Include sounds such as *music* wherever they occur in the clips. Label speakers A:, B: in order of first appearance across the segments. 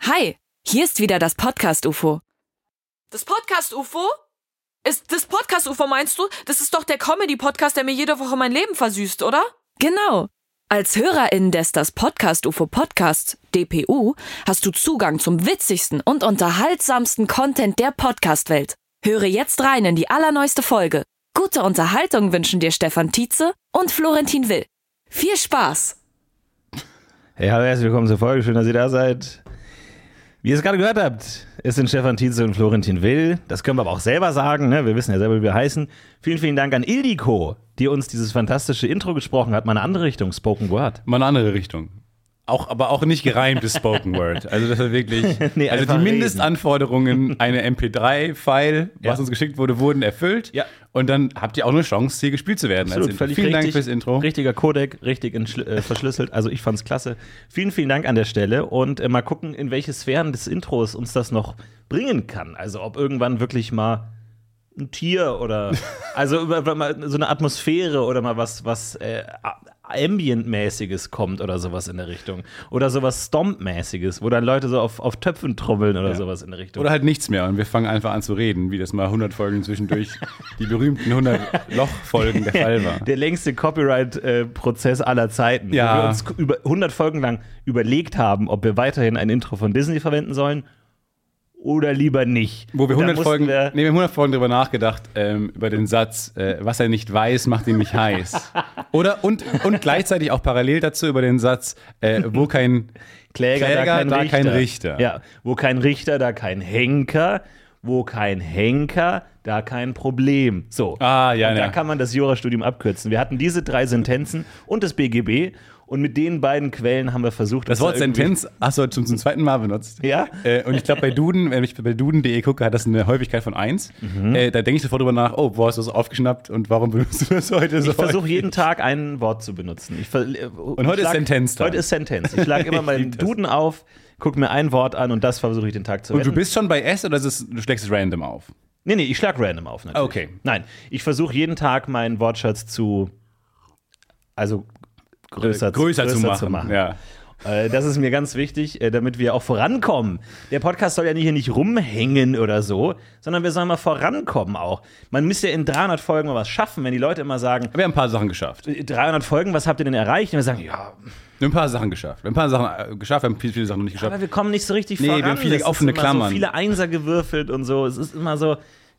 A: Hi, hier ist wieder das Podcast UFO.
B: Das Podcast UFO? Ist das Podcast UFO meinst du? Das ist doch der Comedy Podcast, der mir jede Woche mein Leben versüßt, oder?
A: Genau. Als Hörerin des Das Podcast UFO Podcasts DPU hast du Zugang zum witzigsten und unterhaltsamsten Content der Podcastwelt. Höre jetzt rein in die allerneueste Folge. Gute Unterhaltung wünschen dir Stefan Tietze und Florentin Will. Viel Spaß!
C: Hey, hallo, herzlich willkommen zur Folge. Schön, dass ihr da seid. Wie ihr es gerade gehört habt, es sind Stefan Tietze und Florentin Will. Das können wir aber auch selber sagen. Ne? Wir wissen ja selber, wie wir heißen. Vielen, vielen Dank an Ildiko, die uns dieses fantastische Intro gesprochen hat. Mal eine andere Richtung, Spoken Word.
D: mal eine andere Richtung. Auch, aber auch nicht gereimtes Spoken Word. Also das war wirklich.
C: *laughs* Nee, einfach
D: also die
C: reden.
D: Mindestanforderungen, eine MP3-File, was
C: Ja.
D: uns geschickt wurde, wurden erfüllt.
C: Ja.
D: Und dann habt ihr auch eine Chance, hier gespielt zu werden. als Intro. Vielen Dank fürs Intro.
C: Richtiger Codec, richtig entschl- äh, verschlüsselt. Also ich fand's klasse. Vielen, vielen Dank an der Stelle und äh, mal gucken, in welche Sphären des Intros uns das noch bringen kann. Also ob irgendwann wirklich mal ein Tier
D: *laughs*
C: oder also über, über mal so eine Atmosphäre oder mal was was äh, a- Ambient-mäßiges kommt oder sowas in der Richtung. Oder sowas Stomp-mäßiges, wo dann Leute so auf, auf Töpfen trommeln oder sowas in der Richtung.
D: Oder halt nichts mehr. Und wir fangen einfach an zu reden, wie das mal 100
C: *laughs*
D: Folgen zwischendurch, die berühmten 100 Loch-Folgen der Fall war.
C: Der längste Copyright-Prozess aller Zeiten.
D: Ja.
C: Wo wir uns k- über 100 Folgen lang überlegt haben, ob wir weiterhin ein Intro von Disney verwenden sollen oder lieber nicht.
D: Wo wir
C: Und dann
D: 100 Folgen,
C: mussten wir-
D: nee, wir haben 100 Folgen drüber nachgedacht, ähm, über den Satz, äh, was er nicht weiß, macht ihn nicht *laughs* heiß. Oder und, und gleichzeitig auch parallel dazu über den Satz, äh, wo kein
C: Kläger,
D: Kläger,
C: da, kein,
D: da
C: Richter.
D: kein Richter.
C: Ja, wo kein Richter, da kein Henker. Wo kein Henker, da kein Problem. So.
D: Ah, ja,
C: und da
D: ja.
C: kann man das Jurastudium abkürzen. Wir hatten diese drei Sentenzen und das BGB und mit den beiden Quellen haben wir versucht,
D: Das
C: uns
D: Wort
C: da irgendwie-
D: Sentenz hast du heute zum, zum zweiten Mal benutzt.
C: Ja.
D: Äh, und ich glaube, bei Duden, wenn ich bei Duden.de gucke, hat das eine Häufigkeit von 1. Äh, da denke ich sofort drüber nach, oh, wo hast du das aufgeschnappt und warum benutzt du das heute so?
C: Ich versuche jeden Tag ein Wort zu benutzen. Ich ver- und
D: heute ist Sentenz-Tag.
C: Heute ist Sentenz. Ich
D: *laughs*
C: schlage immer meinen Duden auf, gucke mir ein Wort an und das versuche ich den Tag zu
D: Und du
C: retten.
D: bist schon bei S oder ist es, du schlägst es random auf?
C: nee, nee, ich schlage random auf. Natürlich.
D: Okay.
C: Nein, ich versuche jeden Tag meinen Wortschatz zu. Also größer,
D: Äh, größer, zu machen. Ja.
C: Äh, Das ist mir ganz wichtig, äh, damit wir auch vorankommen. Der Podcast soll ja hier nicht rumhängen oder so, sondern wir sollen mal vorankommen auch. Man müsste ja in 300 Folgen mal was schaffen, wenn die Leute immer sagen,
D: Aber wir haben ein paar Sachen geschafft.
C: 300 Folgen, was habt ihr denn erreicht? Und wir sagen, ja,
D: Wir haben ein paar Sachen geschafft. Wir haben ein paar Sachen äh, geschafft, wir haben viele, viele Sachen noch nicht geschafft.
C: Aber wir kommen nicht so richtig
D: Nee, wir
C: voran.
D: haben viele
C: Es ist
D: offene
C: immer
D: Klammern.
C: So viele Einser gewürfelt und so. Es ist immer so,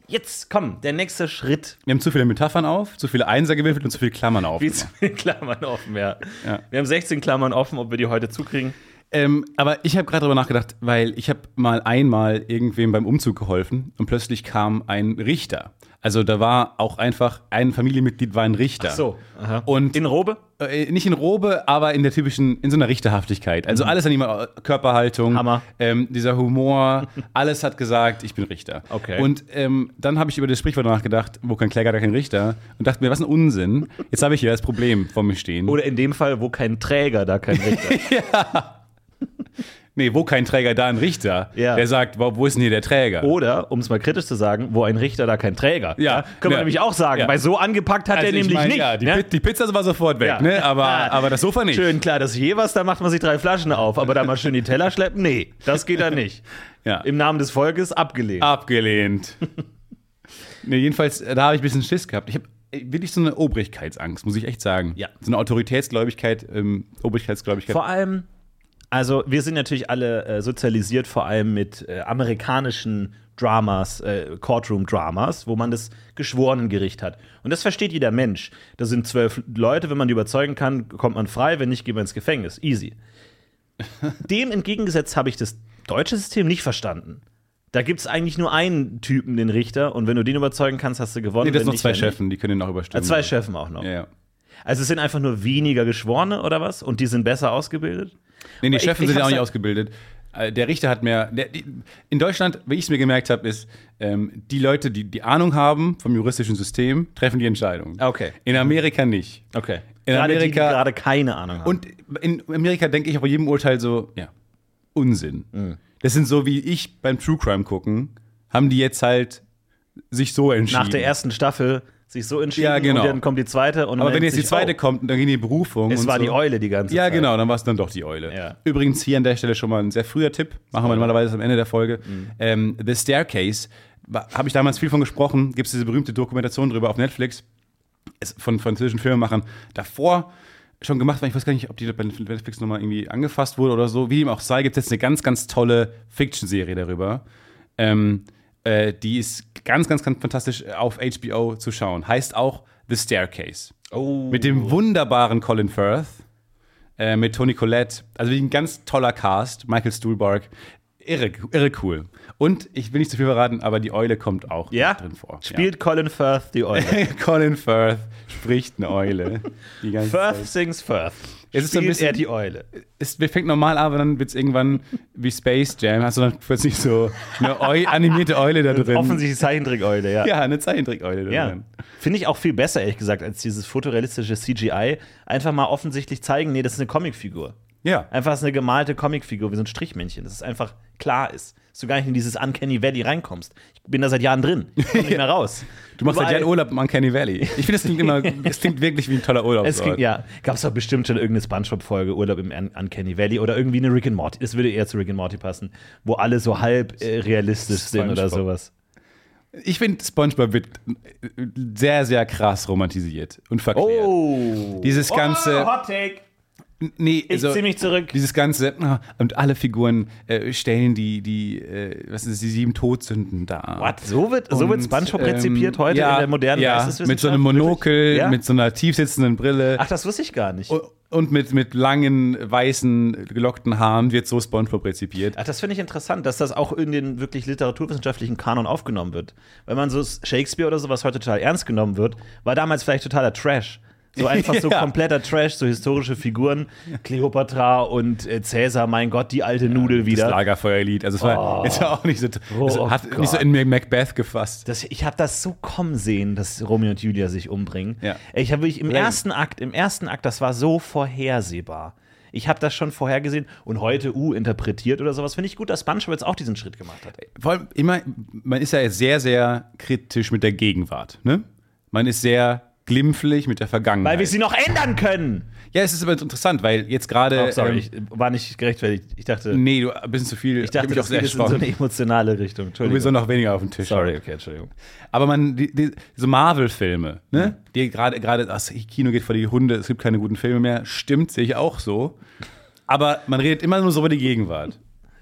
C: jetzt komm, der nächste Schritt.
D: Wir haben zu viele Metaphern auf, zu viele Einser gewürfelt und zu viele Klammern auf.
C: Wie zu viele Klammern offen, ja.
D: Ja.
C: Wir haben 16 Klammern offen, ob wir die heute zukriegen.
D: Ähm, aber ich habe gerade darüber nachgedacht, weil ich habe mal einmal irgendwem beim Umzug geholfen und plötzlich kam ein Richter. Also da war auch einfach ein Familienmitglied war ein Richter.
C: Aha.
D: Und
C: In Robe?
D: äh, nicht in Robe, aber in der typischen, in so einer Richterhaftigkeit. Also alles an ihm, äh, Körperhaltung,
C: Mhm. Hammer.
D: Ähm,
C: *laughs*
D: dieser Humor, alles hat gesagt, ich bin Richter.
C: Okay.
D: Und ähm, dann habe ich über das Sprichwort nachgedacht, wo kein Kläger, da kein Richter, und dachte mir, was ein Unsinn. Jetzt habe ich hier das Problem vor mir stehen.
C: Oder in dem Fall, wo kein Träger, da kein
D: *laughs*
C: Richter.
D: Nee, wo kein Träger, da ein Richter,
C: Ja.
D: der sagt, wo, wo ist denn hier der Träger?
C: Oder, um es mal kritisch zu sagen, wo ein Richter, da kein Träger.
D: Ja.
C: Können wir
D: Ja.
C: nämlich auch sagen,
D: Ja.
C: weil so angepackt hat
D: Also
C: er
D: ich
C: nämlich
D: mein,
C: nicht.
D: Ja, die,
C: ne?
D: Pi- die Pizza war sofort weg,
C: Ja.
D: ne? aber, aber das Sofa nicht.
C: Schön, klar, das Jeweils, da macht man sich drei Flaschen auf, aber da mal schön die Teller schleppen, nee, das geht da nicht.
D: Ja.
C: Im Namen des Volkes abgelehnt. *laughs*
D: Abgelehnt. nee, jedenfalls, äh, da habe ich ein bisschen Schiss gehabt. Ich habe wirklich so eine Obrigkeitsangst, muss ich echt sagen.
C: Ja.
D: So eine Autoritätsgläubigkeit, ähm, Obrigkeitsgläubigkeit.
C: Vor allem, also wir sind natürlich alle äh, sozialisiert, vor allem mit äh, amerikanischen Dramas, äh, Courtroom-Dramas, wo man das Geschworenengericht hat. Und das versteht jeder Mensch. Da sind zwölf Leute, wenn man die überzeugen kann, kommt man frei, wenn nicht, geht man ins Gefängnis.
D: *laughs*
C: Easy. Dem entgegengesetzt habe ich das deutsche System nicht verstanden. Da gibt es eigentlich nur einen Typen, den Richter, und wenn du den überzeugen kannst, hast du gewonnen.
D: nee, das
C: wenn
D: sind noch
C: nicht,
D: zwei
C: dann nicht.
D: Chefen, die können den noch überstimmen.
C: Äh, Zwei Chefen auch noch.
D: Ja, ja.
C: Also es sind einfach nur weniger Geschworene oder was? Und die sind besser ausgebildet?
D: Nee, die
C: ich-
D: Chefen
C: ich
D: sind ja
C: hab's
D: auch nicht
C: ja-
D: ausgebildet. Äh, Der Richter hat mehr. Der, die, in Deutschland, wie ich es mir gemerkt habe, ist, ähm, die Leute, die die Ahnung haben vom juristischen System, treffen die Entscheidung.
C: Ah, Okay.
D: In Amerika nicht.
C: Okay.
D: In
C: gerade die, die
D: Amerika-
C: gerade keine Ahnung haben.
D: Und in Amerika denke ich auch bei jedem Urteil so, ja, Unsinn.
C: Mhm.
D: Das sind so wie ich beim True Crime gucken, haben die jetzt halt sich so entschieden.
C: nach der ersten Staffel sich so entschieden
D: Ja, genau.
C: und dann kommt die zweite und
D: Aber
C: man
D: wenn
C: denkt
D: jetzt die
C: sich,
D: zweite
C: oh,
D: kommt, dann ging die Berufung.
C: es
D: und
C: war
D: so.
C: die Eule die ganze
D: Ja,
C: Zeit.
D: genau, dann war es dann doch die Eule.
C: Ja.
D: Übrigens hier an der Stelle schon mal ein sehr früher Tipp, machen wir normalerweise am Ende der Folge.
C: Mhm.
D: Ähm, The Staircase, wa- habe ich damals viel von gesprochen, gibt es diese berühmte Dokumentation drüber auf Netflix es- von französischen Filmemachern. Davor schon gemacht, weil ich weiß gar nicht, ob die bei Netflix nochmal irgendwie angefasst wurde oder so. Wie dem auch sei, gibt es jetzt eine ganz, ganz tolle Fiction-Serie darüber. Ähm, äh, die ist ganz, ganz, ganz fantastisch äh, auf HBO zu schauen. Heißt auch The Staircase.
C: Oh.
D: Mit dem wunderbaren Colin Firth, äh, mit Toni Collette, also wirklich ein ganz toller Cast, Michael Stuhlbarg. Irre, irre cool. Und ich will nicht zu viel verraten, aber die Eule kommt auch
C: Ja,
D: drin vor.
C: spielt Colin Firth die
D: *laughs*
C: Eule.
D: ja. Colin Firth spricht eine Eule. Die ganze
C: Firth
D: Zeit.
C: sings Firth.
D: Es ist so ein
C: Spielt
D: bisschen-
C: er die Eule.
D: Es fängt normal an, aber dann wird es irgendwann wie Space Jam, hast du dann plötzlich so eine Eu animierte Eule da drin.
C: Offensichtlich Zeichentrick-Eule, ja.
D: Ja, eine Zeichentrick-Eule da
C: Ja.
D: drin.
C: Finde ich auch viel besser, ehrlich gesagt, als dieses fotorealistische CGI. Einfach mal offensichtlich zeigen, nee, das ist eine Comicfigur.
D: Ja.
C: Einfach ist eine gemalte Comicfigur, wie so ein Strichmännchen, dass es einfach klar ist. Dass du gar nicht in dieses Uncanny Valley reinkommst. Ich bin da seit Jahren drin. Ich
D: *laughs*
C: komm nicht mehr raus.
D: Du machst seit
C: Überall-
D: Jahren Urlaub im Uncanny Valley. Ich finde, das klingt *laughs* immer, es klingt wirklich wie ein toller Urlaub.
C: Es klingt, ja, gab es doch bestimmt schon irgendeine Spongebob-Folge, Urlaub im Un Uncanny Valley oder irgendwie eine Rick and Morty. Das würde eher zu Rick and Morty passen, wo alle so halb äh, realistisch sind oder
D: SpongeBob.
C: sowas.
D: Ich finde, SpongeBob wird sehr, sehr krass romantisiert und verklärt. Dieses ganze.
C: Oh, Hot Take.
D: nee, also
C: Ich zieh mich zurück.
D: Dieses ganze. ah, Und alle Figuren äh, stellen die, die, äh, was ist das, die sieben Todsünden dar.
C: What? So wird, so wird
D: Und,
C: Spongebob
D: ähm,
C: rezipiert heute
D: ja,
C: in der modernen
D: ja,
C: Geisteswissenschaft?
D: Mit so einem Monokel,
C: Wirklich? Ja?
D: mit so einer tiefsitzenden Brille.
C: Ach, das wusste ich gar nicht.
D: u- Und mit, mit langen, weißen, gelockten Haaren wird so SpongeBob rezipiert.
C: Ach, das finde ich interessant, dass das auch in den wirklich literaturwissenschaftlichen Kanon aufgenommen wird. Wenn man so Shakespeare oder sowas heute total ernst genommen wird, war damals vielleicht totaler Trash. So
D: *laughs*
C: einfach so
D: Ja.
C: kompletter Trash, so historische Figuren, Kleopatra und äh, Cäsar, mein Gott, die alte Nudel
D: Das
C: wieder.
D: Lagerfeuerlied. Also, es war, es war auch nicht so. es
C: Oh
D: hat
C: Gott.
D: nicht so in mir Macbeth gefasst.
C: Das, ich habe das so kommen sehen, dass Romeo und Julia sich umbringen.
D: Ja.
C: Ich habe wirklich im
D: Ja.
C: ersten Akt, im ersten Akt, das war so vorhersehbar. Ich habe das schon vorhergesehen und heute U interpretiert oder sowas. Finde ich gut, dass Spongebob jetzt auch diesen Schritt gemacht hat.
D: Vor allem immer, man ist ja jetzt sehr, sehr kritisch mit der Gegenwart. Ne? Man ist sehr glimpflich mit der Vergangenheit.
C: Weil wir sie noch ändern können.
D: ja, es ist aber interessant, weil jetzt gerade.
C: Oh, sorry,
D: ähm,
C: ich war nicht gerechtfertigt. Ich dachte,
D: nee, du bist zu viel.
C: ich dachte
D: bin auch
C: das
D: sehr
C: geht jetzt in so
D: erschrocken.
C: eine emotionale Richtung.
D: Du bist auch
C: Entschuldigung.
D: noch weniger auf dem Tisch.
C: Sorry, okay, Entschuldigung.
D: Aber man, die, die, so Marvel-Filme, ne? Die gerade, gerade, das Kino geht vor die Hunde, es gibt keine guten Filme mehr. Stimmt, sehe ich auch so. Aber man redet immer nur so über die Gegenwart.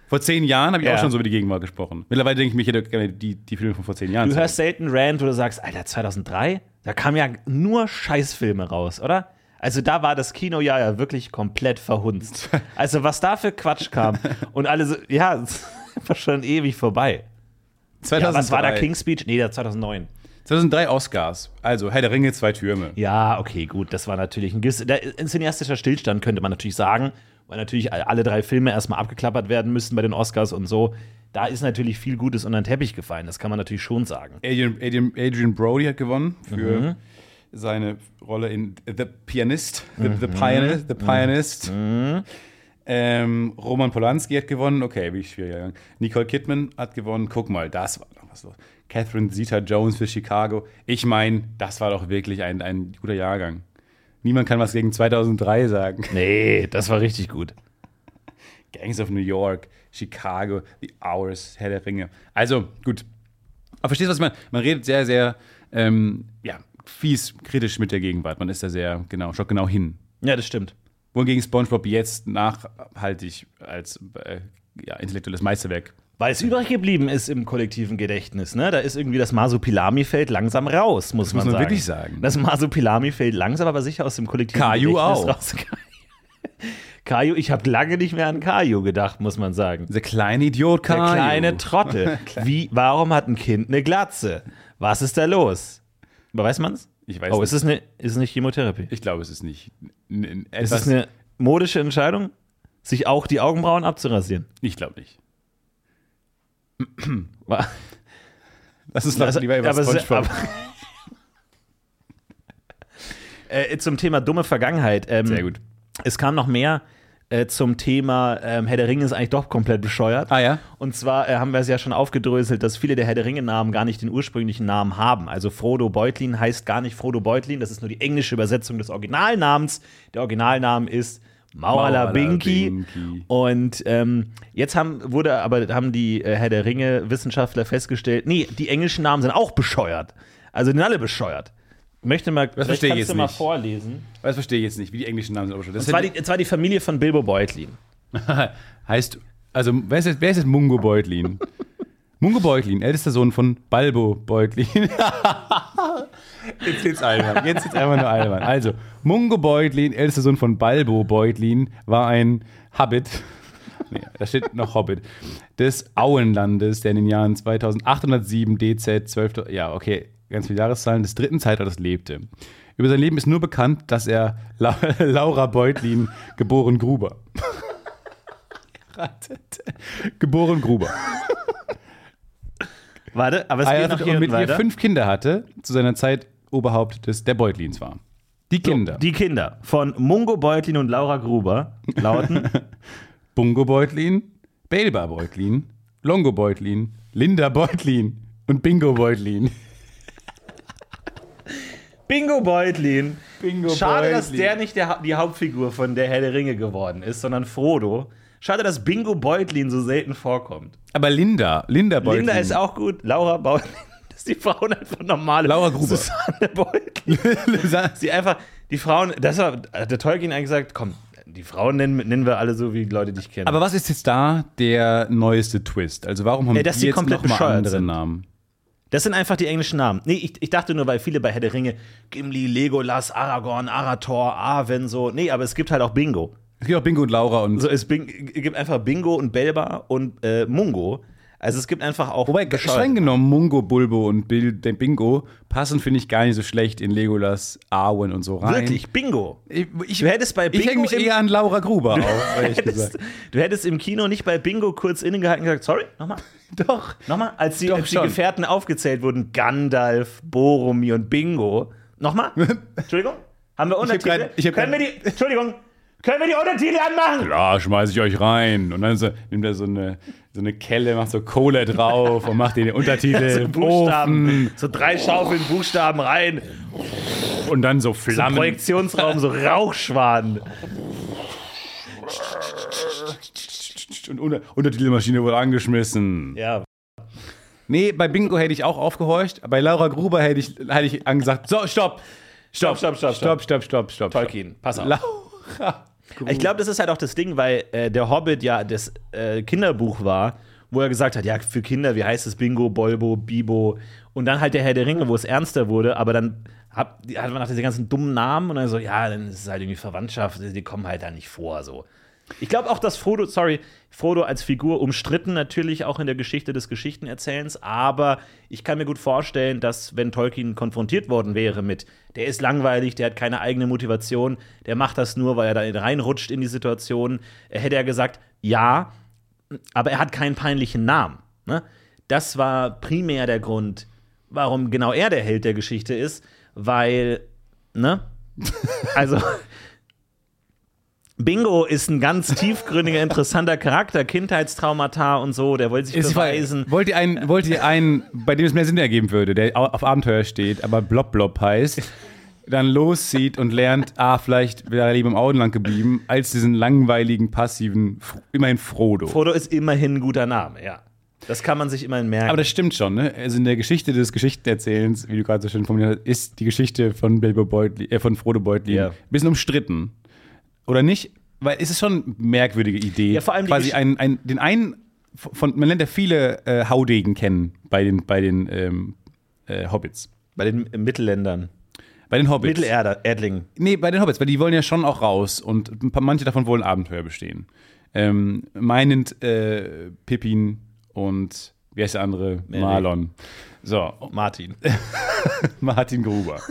D: Vor zehn Jahren habe ich
C: Ja.
D: auch schon so über die Gegenwart gesprochen. Mittlerweile denke ich mir, ich hätte gerne die, die Filme von vor zehn Jahren.
C: Du
D: zu
C: hörst selten Rand, wo du sagst, Alter, 2003? Da kamen ja nur Scheißfilme raus, oder? Also da war das Kino ja, ja wirklich komplett *laughs* verhunzt. Also was da für Quatsch kam und alle so, ja, *laughs* es war schon ewig vorbei. Ja,
D: 2003.
C: was war da King's Speech? Nee, da 2009.
D: 2003 Oscars. Also, Herr der Ringe, zwei Türme.
C: Ja, okay, gut, das war natürlich ein, gewiss- der- ein cineastischer Stillstand, könnte man natürlich sagen, weil natürlich all- alle drei Filme erstmal abgeklappert werden müssen bei den Oscars und so. Da ist natürlich viel Gutes unter den Teppich gefallen, das kann man natürlich schon sagen.
D: Adrian, Adrian, Adrian Brody hat gewonnen für seine Rolle in The Pianist. The, the Pianist. The Pianist. Ähm, Roman Polanski hat gewonnen. Okay, wie ich schwierig. Nicole Kidman hat gewonnen. Guck mal, das war noch was los. Catherine Zeta-Jones für Chicago. Ich meine, das war doch wirklich ein, ein guter Jahrgang. Niemand kann was gegen 2003 sagen.
C: Nee, das war richtig gut.
D: Gangs of New York, Chicago, The Hours, Herr der Ringe. Also, gut. Aber verstehst du, was ich meine? Man redet sehr, sehr ähm, ja, fies, kritisch mit der Gegenwart. Man ist da sehr, genau, schaut genau hin.
C: Ja, das stimmt.
D: Wohingegen Spongebob jetzt nachhaltig als äh, ja, intellektuelles Meisterwerk.
C: Weil es übrig geblieben ist im kollektiven Gedächtnis, ne? Da ist irgendwie das Masopilami-Feld langsam raus, muss man
D: muss man
C: sagen.
D: wirklich sagen.
C: Das Masopilami-Feld langsam, aber sicher aus dem kollektiven
D: Caillou auch.
C: Gedächtnis raus. *laughs* Caillou, ich habe lange nicht mehr an Caillou gedacht, muss man sagen.
D: Dieser kleine Idiot,
C: Der
D: Caillou.
C: kleine
D: *laughs*
C: Trottel. Wie, warum hat ein Kind eine Glatze? Was ist da los? Aber weiß man's?
D: Ich weiß
C: oh,
D: nicht.
C: ist es eine, ist es eine Chemotherapie?
D: Ich glaube, es ist nicht. n- n-
C: Ist
D: Etwas,
C: es eine modische Entscheidung, sich auch die Augenbrauen abzurasieren?
D: ich glaube nicht.
C: *laughs* War-
D: Lass uns doch lieber über
C: Also, aber se-
D: Spongebob. *laughs*
C: Äh, zum Thema dumme Vergangenheit. Ähm,
D: Sehr gut.
C: Es kam noch mehr äh, zum Thema ähm, Herr der Ringe ist eigentlich doch komplett bescheuert.
D: Ah, ja?
C: Und zwar äh, haben wir es ja schon aufgedröselt, dass viele der Herr der Ringe-Namen gar nicht den ursprünglichen Namen haben. Also Frodo Beutlin heißt gar nicht Frodo Beutlin, das ist nur die englische Übersetzung des Originalnamens. Der Originalname ist Maualabinki.
D: Maualabinki.
C: Und ähm, jetzt haben, wurde aber, haben die äh, Herr der Ringe-Wissenschaftler festgestellt, nee, die englischen Namen sind auch bescheuert. Also die sind alle bescheuert. Möchte mal, vielleicht
D: verstehe ich
C: kannst
D: jetzt
C: du mal
D: nicht.
C: vorlesen.
D: Das verstehe ich jetzt nicht, wie die englischen Namen sind. aber schon. Das
C: Es war, die, es war die Familie von Bilbo Beutlin.
D: *laughs* heißt, also wer ist jetzt, wer ist jetzt Mungo *laughs* Beutlin? Mungo Beutlin, ältester Sohn von Balbo Beutlin. *laughs* jetzt wird's albern. Jetzt wird's einfach nur albern. Also, Mungo Beutlin, ältester Sohn von Balbo Beutlin, war ein *laughs* Hobbit. Nee, da steht noch Hobbit. Des Auenlandes, der in den Jahren 2807 DZ 12. Ja, okay, ganz viele Jahreszahlen des dritten Zeitalters lebte. Über sein Leben ist nur bekannt, dass er La *laughs* Laura Beutlin, geboren Gruber. Ratet. Geboren Gruber.
C: Warte, aber es geht noch
D: Heiratete
C: hier
D: Ah, und mit ihr
C: weiter.
D: fünf Kinder hatte, zu seiner Zeit Oberhaupt des, der Beutlins war. Die Kinder.
C: Die Kinder von Mungo Beutlin und Laura Gruber
D: *laughs*
C: lauten
D: Bungo Beutlin, Belba Beutlin, Longo Beutlin, Linda Beutlin und Bingo Beutlin.
C: Bingo Beutlin.
D: Bingo
C: Schade, dass
D: Beutlin.
C: der nicht der, Hau- die Hauptfigur von Der Herr der Ringe geworden ist, sondern Frodo. Schade, dass Bingo Beutlin so selten vorkommt.
D: Aber Linda, Linda Beutlin.
C: Linda
D: *laughs*
C: ist auch gut. Laura Beutlin *laughs* ist die Frauen einfach normale.
D: Laura Gruber.
C: Susanne Beutlin. Sie einfach, die Frauen, das war, hat der Tolkien eigentlich gesagt, komm, die Frauen nennen, nennen wir alle so, wie die Leute dich kennen.
D: Aber was ist jetzt da der neueste Twist? Also warum haben
C: Ja, dass
D: die
C: sie
D: jetzt
C: komplett
D: noch mal
C: bescheuert
D: andere
C: sind.
D: Namen?
C: Das sind einfach die englischen Namen. Nee, ich, ich dachte nur, weil viele bei Herr der Ringe Gimli, Legolas, Aragorn, Arator, Arwen so. Nee, aber es gibt halt auch Bingo.
D: Es gibt auch Bingo und Laura und
C: So, es Bing, es gibt einfach Bingo und Belba und äh, Mungo. Also es gibt einfach auch.
D: Wobei,
C: bescheuerte-
D: streng genommen, Mungo, Bulbo und Bil der Bingo passen, finde ich, gar nicht so schlecht in Legolas, Arwen und so rein.
C: Wirklich, Bingo.
D: Ich, ich,
C: Du hättest bei
D: ich
C: Bingo
D: hänge mich
C: im-
D: eher an Laura *laughs* Gruber auf, ehrlich
C: Hättest,
D: gesagt.
C: *laughs* du hättest im Kino nicht bei Bingo kurz innegehalten und gesagt, sorry, nochmal.
D: Doch.
C: Nochmal, als, die,
D: Doch
C: als die
D: schon.
C: Gefährten aufgezählt wurden, Gandalf, Boromir und Bingo.
D: *laughs*
C: Nochmal? Entschuldigung? Haben wir Untertitel?
D: grad- ich hab
C: können wir
D: grad-
C: die, Entschuldigung, können wir die Untertitel anmachen?
D: Klar, schmeiß ich euch rein. Und dann so, nimmt er so eine, so eine Kelle, macht so Kohle drauf und macht den *laughs* Untertitel
C: So
D: im
C: Buchstaben,
D: Ofen.
C: so drei Schaufeln Buchstaben rein,
D: und dann so
C: so ein
D: Flammen.
C: Projektionsraum, so Rauchschwaden.
D: und Unter Untertitelmaschine wurde angeschmissen.
C: Ja,
D: Nee, bei Bingo hätte ich auch aufgehorcht. Bei Laura Gruber hätte ich, hätte ich angesagt, so, stopp. Stopp,
C: Stopp, stopp, stopp,
D: stopp, stopp, stopp, stopp.
C: Tolkien, pass auf.
D: Laura Gruber.
C: Ich glaube, das ist halt auch das Ding, weil äh, der Hobbit ja das äh, Kinderbuch war, wo er gesagt hat, ja, für Kinder, wie heißt es Bingo, Bolbo, Bibo und dann halt der Herr der Ringe, wo es ernster wurde, aber dann hab, die- hat man nach diese ganzen dummen Namen und dann so, ja, dann ist es halt irgendwie Verwandtschaft, die kommen halt da nicht vor, so. Ich glaube auch, dass Frodo, sorry, Frodo als Figur umstritten natürlich auch in der Geschichte des Geschichtenerzählens, aber ich kann mir gut vorstellen, dass wenn Tolkien konfrontiert worden wäre mit, der ist langweilig, der hat keine eigene Motivation, der macht das nur, weil er da reinrutscht in die Situation, hätte er gesagt, ja, aber er hat keinen peinlichen Namen. Ne? Das war primär der Grund, warum genau er der Held der Geschichte ist, weil,
D: *laughs*
C: ne? Also. Bingo ist ein ganz tiefgründiger, interessanter Charakter, Kindheitstraumata und so, der wollte sich
D: Ist die
C: beweisen.
D: Frage, wollt ihr einen, wollt ihr einen, bei dem es mehr Sinn ergeben würde, der au- auf Abenteuer steht, aber Blob Blob heißt, dann loszieht und lernt, ah, vielleicht wäre er lieber im Auenland geblieben, als diesen langweiligen, passiven, Fro- immerhin Frodo.
C: Frodo ist immerhin ein guter Name, ja. Das kann man sich immerhin merken.
D: aber das stimmt schon, ne? Also in der Geschichte des Geschichtenerzählens, wie du gerade so schön formuliert hast, ist die Geschichte von, Bilbo Beutli, äh, von Frodo Beutlin
C: Ja.
D: ein bisschen umstritten. Oder nicht? Weil es ist schon eine merkwürdige Idee.
C: Ja, vor allem die
D: quasi
C: Gesch-
D: ein, ein, den einen, von, man lernt ja viele äh, Haudegen kennen bei den, bei den ähm, äh, Hobbits.
C: bei den Mittelländern.
D: Bei den Hobbits.
C: Mittelerder, Erdling.
D: nee, bei den Hobbits, weil die wollen ja schon auch raus und ein paar, manche davon wollen Abenteuer bestehen. Ähm, meinend äh, Pippin und wie heißt der andere? Marlon. So,
C: Martin.
D: *laughs* Martin Gruber.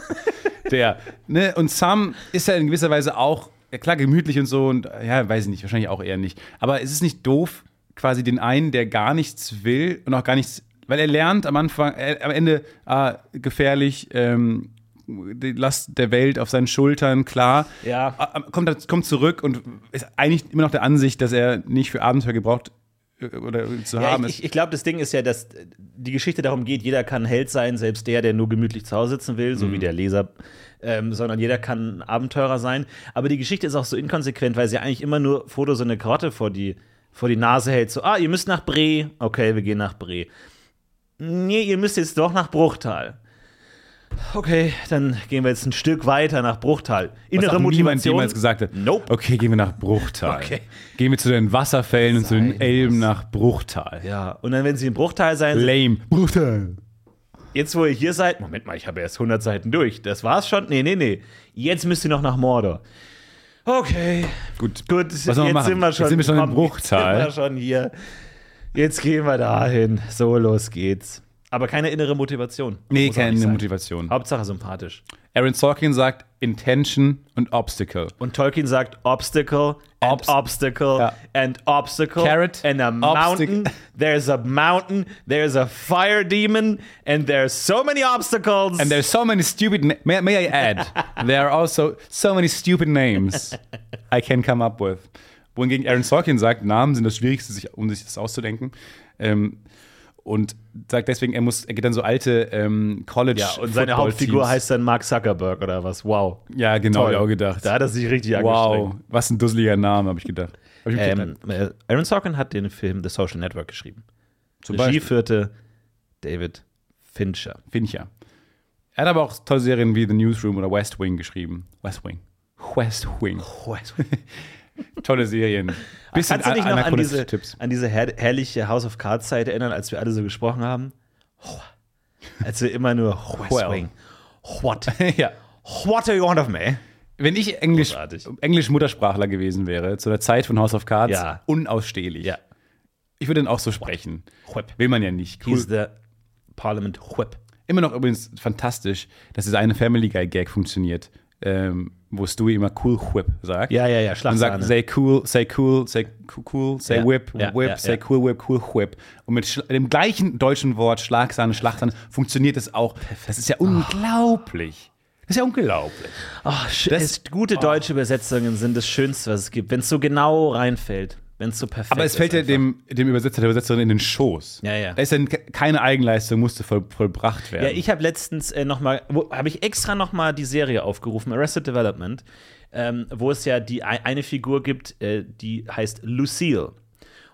D: der, ne, und Sam ist ja in gewisser Weise auch, ja klar, gemütlich und so und ja, weiß ich nicht, wahrscheinlich auch eher nicht. Aber es ist nicht doof, quasi den einen, der gar nichts will und auch gar nichts, weil er lernt am Anfang, äh, am Ende, ah, gefährlich, ähm, die Last der Welt auf seinen Schultern, klar.
C: Ja.
D: A- Kommt, kommt zurück und ist eigentlich immer noch der Ansicht, dass er nicht für Abenteuer gebraucht äh, oder zu
C: Ja,
D: haben
C: ich
D: ist.
C: ich, ich glaube, das Ding ist ja, dass die Geschichte darum geht, jeder kann Held sein, selbst der, der nur gemütlich zu Hause sitzen will,
D: Mhm.
C: so wie der Leser, ähm, sondern jeder kann ein Abenteurer sein. Aber die Geschichte ist auch so inkonsequent, weil sie eigentlich immer nur Foto so eine Karotte vor die, vor die Nase hält. So, ah, ihr müsst nach Bre. Okay, wir gehen nach Bre. Nee, ihr müsst jetzt doch nach Bruchtal. Okay, dann gehen wir jetzt ein Stück weiter nach Bruchtal.
D: Was
C: Innere
D: auch niemand
C: Motivation.
D: jemals gesagt hat.
C: Nope.
D: Okay, gehen wir nach Bruchtal.
C: Okay.
D: Gehen wir zu den Wasserfällen und zu den
C: Sein
D: Elben nach Bruchtal.
C: ja, und dann, wenn sie in Bruchtal sein,
D: Lame. Bruchtal.
C: Jetzt, wo ihr hier seid, Moment mal, ich habe erst 100 Seiten durch. Das war's schon? Nee, nee, nee. Jetzt müsst ihr noch nach Mordor. Okay,
D: Gut.
C: gut.
D: wir
C: jetzt
D: machen?
C: sind wir schon,
D: Jetzt sind wir schon in
C: komm,
D: Bruchtal.
C: Jetzt sind wir schon hier. Jetzt gehen wir dahin. So, los geht's. Aber keine innere Motivation.
D: Nee,
C: Muss auch
D: keine
C: nicht sein.
D: Motivation.
C: Hauptsache sympathisch.
D: Aaron Sorkin sagt Intention und Obstacle.
C: Und Tolkien sagt Obstacle and
D: Obst-
C: Obstacle
D: Ja.
C: and Obstacle
D: Carrot,
C: and a
D: Obstac-
C: mountain. There's a mountain. There's a fire demon. And there's so many obstacles.
D: And there's so many stupid. Na- may, may
C: *laughs*
D: I add, there are also so many stupid names I can come up with. Wohingegen Aaron Sorkin sagt, Namen sind das Schwierigste, sich, um sich das auszudenken. Ähm, und sagt deswegen, er muss, er geht dann so alte ähm, College.
C: Ja, und seine Hauptfigur heißt dann Mark Zuckerberg oder was? Wow.
D: Ja, genau,
C: Toll.
D: hab ich auch gedacht.
C: Da hat er sich richtig
D: Wow,
C: angestrengt.
D: was ein dusseliger Name, habe ich gedacht. Hab ich gedacht.
C: Ähm, äh, Aaron Sorkin hat den Film The Social Network geschrieben.
D: Zum
C: Regie
D: Beispiel
C: führte David Fincher.
D: Fincher. Er hat aber auch tolle Serien wie The Newsroom oder West Wing geschrieben. West Wing. West Wing. *laughs* Tolle Serien. Bisschen
C: Kannst du dich noch an
D: anachronistische
C: diese,
D: Tipps.
C: an diese herr- herrliche House of Cards Zeit erinnern, als wir alle so gesprochen haben? Als wir immer nur
D: Well.
C: West Wing. What?
D: *laughs* ja.
C: What do you want of me?
D: Wenn ich Englisch,
C: Großartig.
D: Englisch Muttersprachler gewesen wäre, zu der Zeit von House of Cards,
C: Ja.
D: unausstehlich.
C: Ja.
D: Ich würde dann auch so sprechen.
C: Whip.
D: Will man ja nicht. Cool.
C: He's the Parliament Whip.
D: Immer noch übrigens fantastisch, dass dieser eine Family Guy Gag funktioniert, ähm, wo Stewie immer cool whip sagt.
C: Ja, ja, ja,
D: Und
C: Schlagsahne.
D: sagt, say cool, say cool, say cool, cool say
C: Ja,
D: whip,
C: ja,
D: whip,
C: ja,
D: say
C: ja.
D: cool whip, cool whip. Und mit Schla- dem gleichen deutschen Wort Schlagsahne, Schlagsahne funktioniert es auch. Das ist ja unglaublich. Das ist ja unglaublich.
C: Ach, sch- es,
D: Ah.
C: gute deutsche Übersetzungen sind das Schönste, was es gibt, wenn es so genau reinfällt, wenn es so perfekt
D: Aber es fällt ja
C: ist. einfach.
D: dem, dem Übersetzer, der Übersetzerin in den Schoß.
C: Ja, ja.
D: Da ist dann ke- keine Eigenleistung, musste voll, vollbracht werden.
C: Ja, ich habe letztens äh, nochmal, habe ich extra nochmal die Serie aufgerufen, Arrested Development, ähm, wo es ja die ei- eine Figur gibt, äh, die heißt Lucille.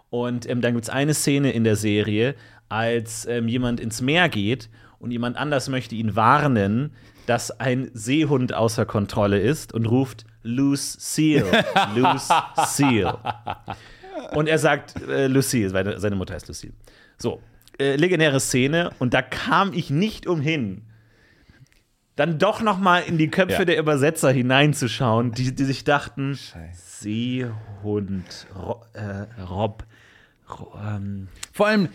C: Und ähm, dann gibt es eine Szene in der Serie, als ähm, jemand ins Meer geht und jemand anders möchte ihn warnen, dass ein Seehund außer Kontrolle ist und ruft Lucille, Lucille. Und er sagt äh, Lucille, seine, seine Mutter heißt Lucille. So, äh, legendäre Szene und da kam ich nicht umhin, dann doch noch mal in die Köpfe
D: Ja.
C: der Übersetzer hineinzuschauen, die, die sich dachten, Seehund, Ro äh, Rob, Ro ähm,
D: Vor allem,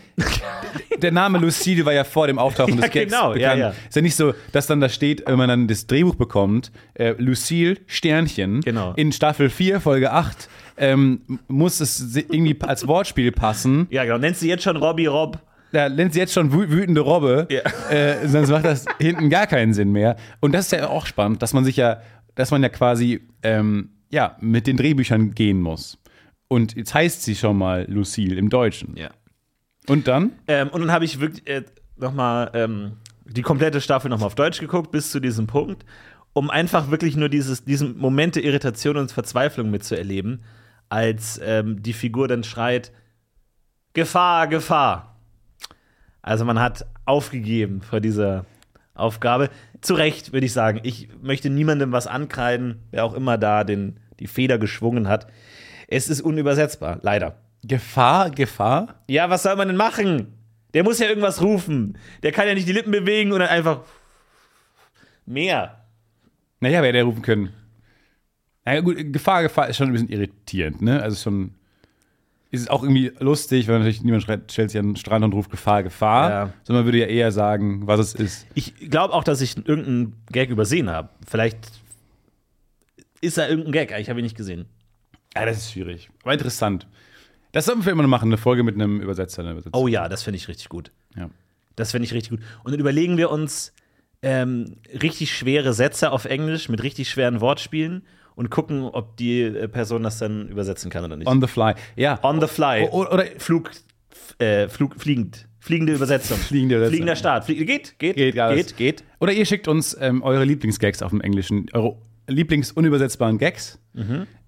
D: der Name Lucille war ja vor
C: *laughs*
D: dem Auftauchen
C: Ja,
D: des Gags
C: genau, ja,
D: bekannt.
C: ja.
D: Ist ja nicht so, dass dann da steht, wenn man dann das Drehbuch bekommt, äh, Lucille Sternchen
C: Genau.
D: in Staffel 4, Folge 8, ähm, muss es se- irgendwie als Wortspiel passen.
C: ja genau, nennst du jetzt schon Robby Rob?
D: Da nennt sie jetzt schon wü- wütende Robbe,
C: Ja.
D: äh, sonst macht das hinten gar keinen Sinn mehr. Und das ist ja auch spannend, dass man sich ja, dass man ja quasi ähm, ja, mit den Drehbüchern gehen muss. Und jetzt heißt sie schon mal Lucille im Deutschen.
C: Ja.
D: Und dann?
C: Ähm, und dann habe ich wirklich äh, nochmal ähm, die komplette Staffel nochmal auf Deutsch geguckt, bis zu diesem Punkt, um einfach wirklich nur dieses, diesen Moment der Irritation und Verzweiflung mitzuerleben, als ähm, die Figur dann schreit: Gefahr, Gefahr. Also man hat aufgegeben vor dieser Aufgabe. Zu Recht, würde ich sagen. Ich möchte niemandem was ankreiden, wer auch immer da den, die Feder geschwungen hat. Es ist unübersetzbar, leider.
D: Gefahr, Gefahr?
C: Ja, was soll man denn machen? Der muss ja irgendwas rufen. Der kann ja nicht die Lippen bewegen und dann einfach mehr.
D: Naja, wer hätte er rufen können? Naja, gut, Gefahr, Gefahr ist schon ein bisschen irritierend, ne? Also schon. Ist auch irgendwie lustig, weil natürlich niemand schreit, stellt sich an den Strand und ruft Gefahr, Gefahr.
C: Ja.
D: Sondern man würde ja eher sagen, was es ist.
C: Ich glaube auch, dass ich irgendeinen Gag übersehen habe. Vielleicht ist da irgendein Gag, aber ich habe ihn nicht gesehen.
D: Ja, das ist schwierig. Aber interessant. Das sollten wir immer noch machen, eine Folge mit einem Übersetzer. Einer Übersetzer.
C: Oh ja, das finde ich richtig gut.
D: Ja.
C: Das finde ich richtig gut. Und dann überlegen wir uns ähm, richtig schwere Sätze auf Englisch mit richtig schweren Wortspielen und gucken, ob die äh, Person das dann übersetzen kann oder nicht.
D: On the fly. Ja.
C: On the fly.
D: O- oder
C: Flug, f- äh, Flug, fliegend. Fliegende Übersetzung.
D: Fliegende Übersetzung.
C: Fliegender Start. Flie geht, geht,
D: Geht,
C: geht,
D: alles.
C: geht, geht.
D: Oder ihr schickt uns ähm, eure Lieblingsgags auf dem Englischen, eure Lieblingsunübersetzbaren Gags.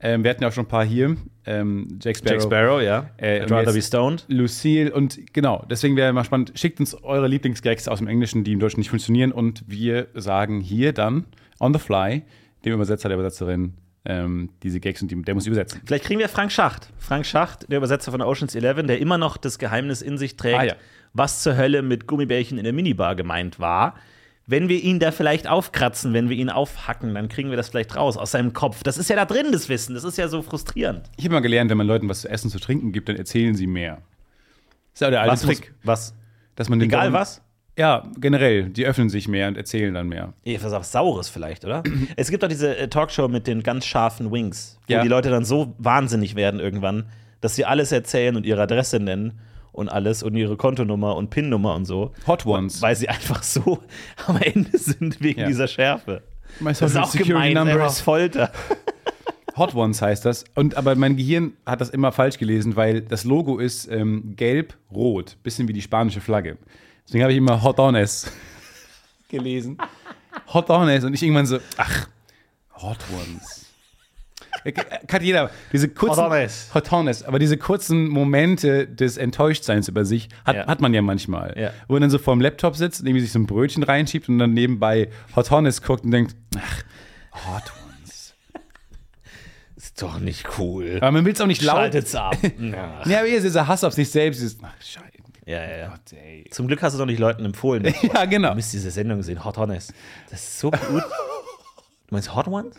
D: Ähm, wir hatten ja auch schon ein paar hier. Ähm, Jack Sparrow.
C: Mhm. Jack Sparrow, ja.
D: Äh,
C: I'd
D: und
C: rather
D: jetzt-
C: be stoned.
D: Lucille und genau, deswegen wäre mal spannend, schickt uns eure Lieblingsgags aus dem Englischen, die im Deutschen nicht funktionieren und wir sagen hier dann on the fly dem Übersetzer, der Übersetzerin ähm, diese Gags und die, der muss sie übersetzen.
C: Vielleicht kriegen wir Frank Schacht. Frank Schacht, der Übersetzer von Ocean's Eleven, der immer noch das Geheimnis in sich trägt,
D: Ah, ja.
C: was zur Hölle mit Gummibärchen in der Minibar gemeint war. Wenn wir ihn da vielleicht aufkratzen, wenn wir ihn aufhacken, dann kriegen wir das vielleicht raus aus seinem Kopf. Das ist ja da drin, das Wissen. Das ist ja so frustrierend.
D: Ich habe mal gelernt, wenn man Leuten was zu essen, zu trinken gibt, dann erzählen sie mehr. Ist ja der alte Trick,
C: muss- was?
D: dass man den
C: Egal
D: Gaumen-
C: was?
D: Ja, generell, die öffnen sich mehr und erzählen dann mehr.
C: Nee, was auf Saures vielleicht,
D: *clears throat*
C: oder? es gibt doch diese äh, Talkshow mit den ganz scharfen Wings, wo
D: Ja.
C: die Leute dann so wahnsinnig werden irgendwann, dass sie alles erzählen und ihre Adresse nennen und alles und ihre Kontonummer und PIN-Nummer und so.
D: Hot Ones.
C: weil sie einfach so *laughs* am Ende sind wegen
D: Ja.
C: dieser
D: dieser
C: Schärfe.
D: My
C: Das ist
D: Social
C: auch
D: Security
C: gemein,
D: number
C: einfach
D: is
C: Folter.
D: Hot Ones heißt das. Und aber mein Gehirn hat das immer falsch gelesen, weil das Logo ist ähm, gelb-rot, bisschen wie die spanische Flagge. Deswegen habe ich immer Hot Ones *laughs* gelesen. Hot Ones und ich irgendwann so, ach, Hot Ones. Äh, Kann jeder. Diese kurzen,
C: Hot Ones.
D: Hot Ones. Aber diese kurzen Momente des Enttäuschtseins über sich hat,
C: Ja.
D: hat man ja manchmal.
C: Ja.
D: Wo man dann so vorm Laptop sitzt und irgendwie sich so ein Brötchen reinschiebt und dann nebenbei Hot Ones guckt und denkt, ach, Hot Ones.
C: Ist doch nicht cool.
D: Aber man will es auch nicht Äh, laut
C: Schaltet's
D: *laughs*
C: ab. ja,
D: Ja, aber hier ist dieser Hass auf sich selbst. Dieses, ach, Scheiße.
C: ja, ja. *laughs*
D: ey.
C: Zum Glück hast du doch nicht Leuten empfohlen.
D: *laughs*
C: Du
D: Ja, genau.
C: müsst diese Sendung sehen, Hot Honest. Das ist so gut.
D: *laughs*
C: Du meinst Hot Ones?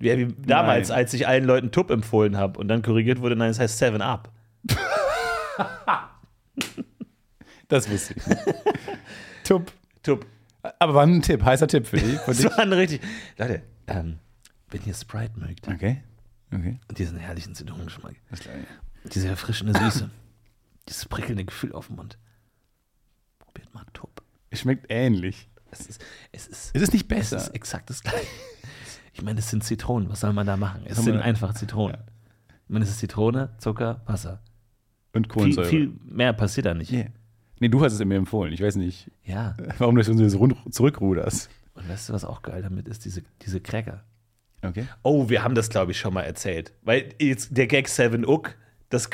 C: Ja, wie damals,
D: Nein.
C: als ich allen Leuten Tup empfohlen habe und dann korrigiert wurde, nein, es heißt Seven Up.
D: Das wusste ich. nicht. Tupp.
C: Tup.
D: Aber war ein Tipp, heißer Tipp für dich. Für
C: Das
D: dich.
C: war ein richtig. Leute, ähm, wenn ihr Sprite mögt
D: Okay. Okay.
C: und diesen herrlichen Zitronengeschmack,
D: Das gleiche.
C: Diese erfrischende
D: *laughs*
C: Süße. Dieses prickelnde Gefühl auf dem Mund. Probiert mal Top.
D: Schmeckt ähnlich.
C: Es ist, es ist,
D: Es ist nicht
C: es
D: besser.
C: ist exakt das gleiche. Ich meine, es sind Zitronen. Was soll man da machen? Es
D: Haben
C: sind
D: wir-
C: einfach Zitronen. Ich meine, es ist Zitrone, Zucker, Wasser.
D: Und
C: Viel,
D: Kohlensäure.
C: viel mehr passiert da nicht.
D: Yeah. Nee, du hast es mir empfohlen. Ich weiß nicht,
C: Ja.
D: warum du jetzt rund zurückruderst.
C: Und weißt du, was auch geil damit ist? Diese, diese Cracker.
D: Okay.
C: Oh, wir haben das, glaube ich, schon mal erzählt. Weil jetzt der Gag Seven Uck, das,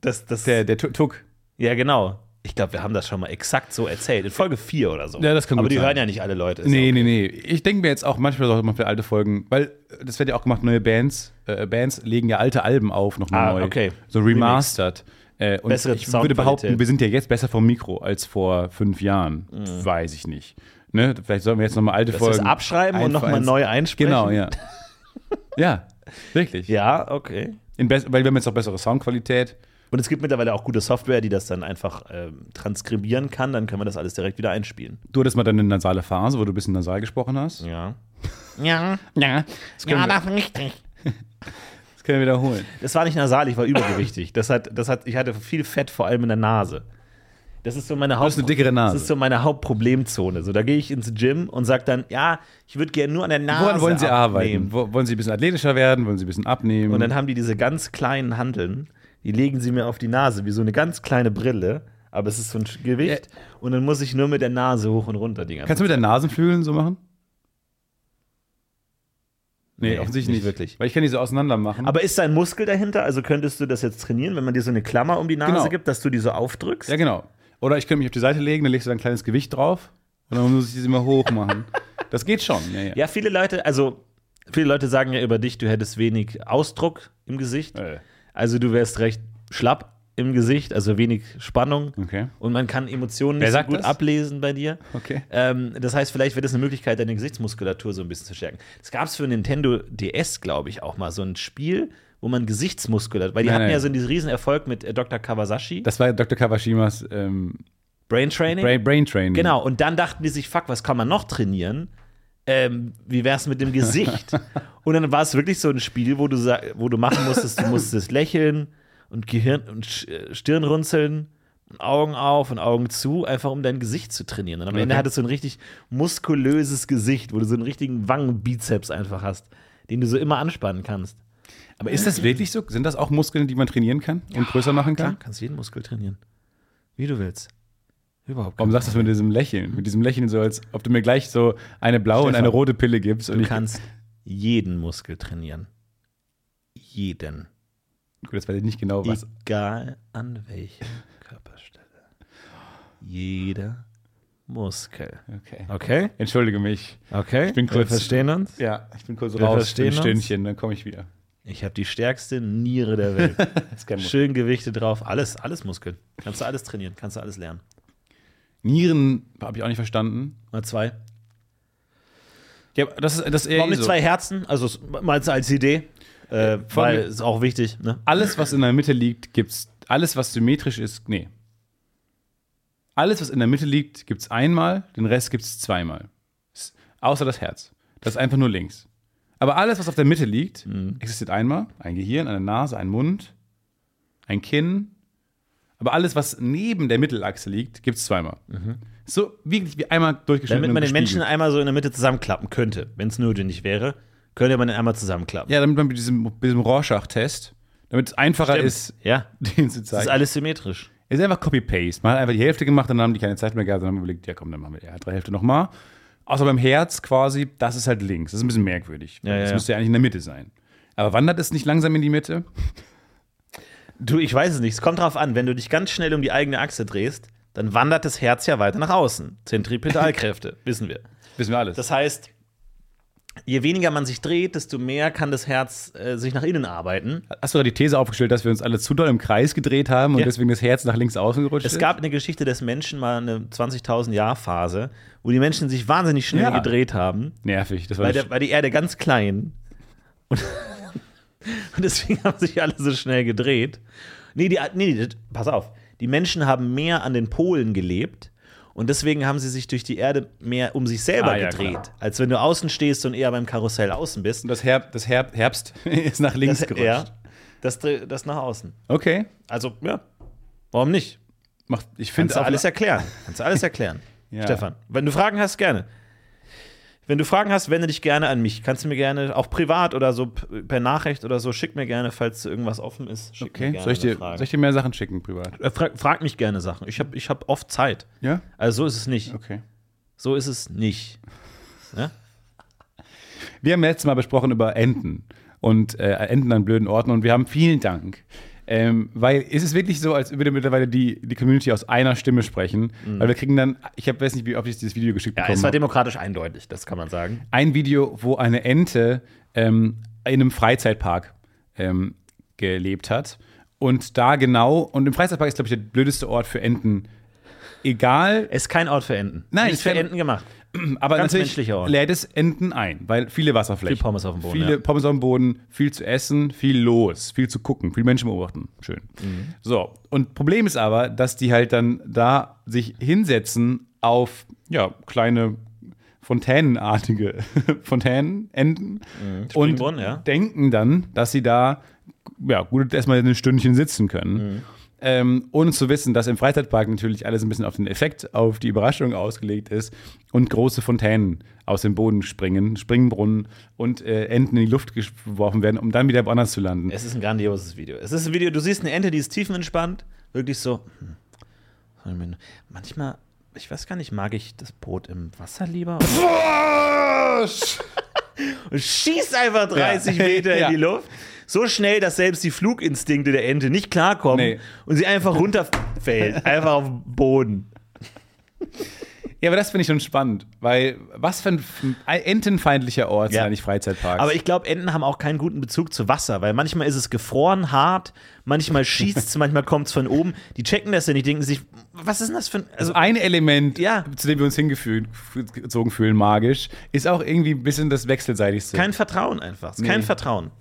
C: das, das
D: Der, der Tu- Tuck.
C: Ja, genau. Ich glaube, wir haben das schon mal exakt so erzählt. In Folge 4 oder so.
D: Ja, das kann
C: Aber
D: gut
C: die
D: sein.
C: hören ja nicht alle Leute. Ist
D: Nee,
C: ja
D: nee, nee. Ich denke mir jetzt auch manchmal sollte man für alte Folgen, weil äh, das wird ja auch gemacht, neue Bands, äh, Bands legen ja alte Alben auf, nochmal
C: Ah,
D: neu.
C: okay.
D: So remastered. Äh, und
C: Bessere
D: ich würde behaupten,
C: Soundqualität.
D: wir sind ja jetzt besser vom Mikro als vor fünf Jahren.
C: Mhm.
D: Weiß ich nicht. Ne? Vielleicht sollen wir jetzt nochmal alte
C: Dass wir's
D: Folgen.
C: abschreiben und
D: ein für
C: nochmal
D: eins-
C: neu einsprechen? *laughs*
D: Genau, ja. ja, wirklich.
C: Ja, okay.
D: In bess- weil wir haben jetzt auch bessere Soundqualität.
C: Und es gibt mittlerweile auch gute Software, die das dann einfach ähm, transkribieren kann. Dann können wir das alles direkt wieder einspielen.
D: Du hattest mal deine nasale Phase, wo du ein bisschen nasal gesprochen hast.
C: Ja.
E: Ja,
D: Ja, das können, wir,
E: ja, das ist richtig.
D: das können wir wiederholen.
C: Das war nicht nasal, ich war übergewichtig. Das hat, das hat, ich hatte viel Fett, vor allem in der Nase. Das ist so meine Haupt
D: hast eine dickere Nase.
C: Das ist so meine Hauptproblemzone. So, da gehe ich ins Gym und sage dann, ja, ich würde gerne nur an der Nase.
D: Woran wollen Sie
C: abnehmen.
D: arbeiten? Wo- Wollen Sie ein bisschen athletischer werden? Wollen Sie ein bisschen abnehmen?
C: Und dann haben die diese ganz kleinen Hanteln, die legen sie mir auf die Nase, wie so eine ganz kleine Brille, aber es ist so ein Sch- Gewicht. Und dann muss ich nur mit der Nase hoch und runter die ganze
D: Kannst du mit der Nasenflügeln so machen? Nee,
C: Nee,
D: offensichtlich
C: nicht
D: nicht.
C: wirklich.
D: Weil ich kann die so auseinander machen.
C: Aber ist da ein Muskel dahinter? Also könntest du das jetzt trainieren, wenn man dir so eine Klammer um die Nase
D: Genau.
C: gibt, dass du die so aufdrückst?
D: ja, genau. Oder ich könnte mich auf die Seite legen, dann legst du da ein kleines Gewicht drauf und dann muss ich sie immer
C: *laughs*
D: hoch machen. Das geht schon. Ja, ja.
C: ja, viele Leute, also viele Leute sagen ja über dich, du hättest wenig Ausdruck im Gesicht.
D: Äh,
C: Also du wärst recht schlapp im Gesicht, also wenig Spannung.
D: Okay.
C: Und man kann Emotionen
D: Wer
C: nicht so
D: sagt
C: gut
D: das?
C: ablesen bei dir.
D: Okay.
C: Ähm, das heißt, vielleicht wäre das eine Möglichkeit, deine Gesichtsmuskulatur so ein bisschen zu stärken. Es gab es für Nintendo DS, glaube ich, auch mal so ein Spiel, wo man Gesichtsmuskulatur, weil die
D: Nein,
C: hatten
D: nein.
C: ja so diesen Riesenerfolg mit äh, Dr. Kawasashi,
D: Das war Dr. Kawashimas ähm,
C: Brain Training.
D: Brain, Brain Training.
C: Genau, und dann dachten die sich, fuck, was kann man noch trainieren? Ähm, wie wär's mit dem
D: *laughs*
C: Gesicht? und dann war es wirklich so ein Spiel, wo du, sa- wo du machen musstest, du musstest lächeln und Gehirn und Sch- äh, Stirn runzeln. Augen auf und Augen zu, einfach um dein Gesicht zu trainieren. Und am Ende
D: Okay.
C: hattest du ein richtig muskulöses Gesicht, wo du so einen richtigen Wangenbizeps einfach hast, den du so immer anspannen kannst.
D: Aber ist das wirklich so? Sind das auch Muskeln, die man trainieren kann und größer machen
C: Klar,
D: kann?
C: kannst jeden Muskel trainieren. Wie du willst. Überhaupt.
D: Warum sagst du das mit diesem Lächeln? Mit diesem Lächeln so, als ob du mir gleich so eine blaue und eine
C: Stefan,
D: rote Pille gibst. Und
C: Du
D: ich,
C: kannst jeden Muskel trainieren. Jeden.
D: Gut, das weiß ich nicht genau, was.
C: Egal an welcher Körperstelle. Jeder Muskel.
D: Okay.
C: Okay?
D: Entschuldige mich.
C: Okay.
D: Ich bin kurz-
C: Wir verstehen uns.
D: Ja, ich bin kurz
C: Wir
D: raus für
C: verstehen
D: ein
C: uns.
D: Stündchen, dann komme ich wieder.
C: Ich habe die stärkste Niere der
D: *laughs*
C: Welt.
D: Das ist kein Muskel.
C: Schön Gewichte drauf. Alles, alles Muskeln. Kannst du alles trainieren, kannst du alles lernen.
D: Nieren habe ich auch nicht verstanden.
C: Mal zwei.
D: Ja, aber das ist das ist eher
C: Warum
D: eh
C: nicht
D: so.
C: zwei Herzen? Also es- mal als Idee. Äh,
D: von-
C: weil ist auch wichtig. Ne?
D: Alles, was in der Mitte liegt, gibt's. Alles, was symmetrisch ist, nee. Alles, was in der Mitte liegt, gibt's einmal, den Rest gibt's zweimal. S- Außer das Herz. Das ist einfach nur links. Aber alles, was auf der Mitte liegt,
C: Mhm.
D: existiert einmal. Ein Gehirn, eine Nase, ein Mund, ein Kinn. Aber alles, was neben der Mittelachse liegt, gibt's zweimal. So wirklich wie einmal durchgeschnitten.
C: Mhm. Damit
D: und
C: man den
D: gespiegelt.
C: Menschen einmal so in der Mitte zusammenklappen könnte, wenn es notwendig wäre, könnte man den einmal zusammenklappen.
D: Ja, damit man mit diesem, mit diesem Rorschach-Test, damit es einfacher
C: Stimmt.
D: ist, *laughs*
C: ja.
D: den zu
C: Das
D: zeigen.
C: ist alles symmetrisch.
D: Es ist einfach Copy-Paste. Man hat einfach die Hälfte gemacht, dann haben die keine Zeit mehr gehabt, dann haben wir überlegt, ja komm, dann machen wir die andere Hälfte nochmal. Außer beim Herz quasi, das ist halt links. Das ist ein bisschen merkwürdig.
C: Ja,
D: das
C: ja.
D: müsste ja eigentlich in der Mitte sein. Aber wandert es nicht langsam in die Mitte?
C: Du, ich weiß es nicht. Es kommt drauf an, wenn du dich ganz schnell um die eigene Achse drehst, dann wandert das Herz ja weiter nach außen.
D: *laughs*
C: Zentripetalkräfte, wissen wir.
D: Wissen wir alles.
C: Das heißt, je weniger man sich dreht, desto mehr kann das Herz äh, sich nach innen arbeiten.
D: Hast du gerade die These aufgestellt, dass wir uns alle zu doll im Kreis gedreht haben und
C: Ja.
D: deswegen das Herz nach links außen gerutscht
C: Es
D: ist?
C: gab in der Geschichte des Menschen mal eine 20.000 Jahr Phase, wo die Menschen sich wahnsinnig schnell
D: Ja.
C: gedreht haben,
D: Nervig. Das war
C: weil, der, weil die Erde ganz klein *laughs* und, und deswegen haben sich alle so schnell gedreht. Nee, die, nee, nee, das- pass auf. Die Menschen haben mehr an den Polen gelebt und deswegen haben sie sich durch die Erde mehr um sich selber
D: Ah, ja,
C: gedreht,
D: klar.
C: als wenn du außen stehst und eher beim Karussell außen bist.
D: und das, Herb, das Herb, Herbst *laughs* ist nach links
C: Das,
D: gerutscht.
C: ja, das, dre- das nach außen.
D: Okay.
C: Also, ja, warum nicht?
D: Macht, ich
C: Kannst
D: finde
C: du alles erklären. Kannst du alles erklären. *laughs*
D: Ja.
C: Stefan, wenn du Fragen hast, gerne. Wenn du Fragen hast, wende dich gerne an mich. Kannst du mir gerne, auch privat oder so p- per Nachricht oder so, schick mir gerne, falls irgendwas offen ist. Schick mir
D: Okay.
C: gerne
D: Soll ich, dir,
C: eine Frage.
D: soll ich dir mehr Sachen schicken privat?
C: Äh, frag, frag mich gerne Sachen. Ich habe ich hab oft Zeit.
D: Ja?
C: Also so ist es nicht.
D: Okay.
C: So ist es nicht.
D: Wir haben letztes Mal besprochen über Enten und äh, Enten an blöden Orten und wir haben vielen Dank. Ähm, weil ist es ist wirklich so, als würde mittlerweile die, die Community aus einer Stimme sprechen? Weil wir kriegen dann, ich hab, weiß nicht, wie oft ich dieses Video geschickt
C: Mhm. Ja,
D: bekommen
C: es war
D: habe.
C: demokratisch eindeutig, das kann man sagen.
D: Ein Video, wo eine Ente ähm, in einem Freizeitpark ähm, gelebt hat. Und da genau, und im Freizeitpark ist, glaube ich, der blödeste Ort für Enten. Egal,
C: Es ist kein Ort für Enten.
D: Nein,
C: nicht
D: es
C: für
D: kann-
C: Enten gemacht.
D: Ähm, aber
C: Ganz
D: natürlich
C: menschlicher Ort.
D: lädt es Enten ein, weil viele Wasserflächen.
C: Viel Pommes auf dem Boden,
D: Viele
C: ja.
D: Pommes auf dem Boden, viel zu essen, viel los, viel zu gucken, viel Menschen beobachten. Schön.
C: Mhm.
D: So, und Problem ist aber, dass die halt dann da sich hinsetzen auf, ja, kleine fontänenartige *laughs* Fontänen, Enten. und
C: Mhm. Springbrunnen, ja.
D: denken dann, dass sie da, ja, gut, erstmal ein Stündchen sitzen
C: Mhm.
D: können. Ähm, ohne zu wissen, dass im Freizeitpark natürlich alles ein bisschen auf den Effekt, auf die Überraschung ausgelegt ist und große Fontänen aus dem Boden springen, Springbrunnen und äh, Enten in die Luft geworfen werden, um dann wieder woanders zu landen.
C: Es ist ein grandioses Video. Es ist ein Video, du siehst eine Ente, die ist tiefenentspannt, wirklich so. hm, soll ich mir- Manchmal, ich weiß gar nicht, mag ich das Boot im Wasser lieber? Und schießt einfach 30
D: Ja. *laughs*
C: Meter
D: Ja.
C: in die Luft. So schnell, dass selbst die Fluginstinkte der Ente nicht klarkommen
D: Nee.
C: und sie einfach
D: *laughs*
C: runterfällt. einfach auf den Boden.
D: Ja, aber das finde ich schon spannend, weil was für ein f- ein entenfeindlicher Ort sind
C: Ja.
D: eigentlich Freizeitparks?
C: Aber ich glaube, Enten haben auch keinen guten Bezug zu Wasser, weil manchmal ist es gefroren, hart, manchmal schießt
D: *laughs*
C: es, manchmal kommt es von oben. Die checken das ja nicht, denken sich, was ist denn das für ein. Also,
D: also ein Element,
C: Ja.
D: zu dem wir uns hingezogen fühlen, magisch, ist auch irgendwie ein bisschen das Wechselseitigste.
C: Kein Vertrauen einfach. Es ist Kein
D: Nee.
C: Vertrauen.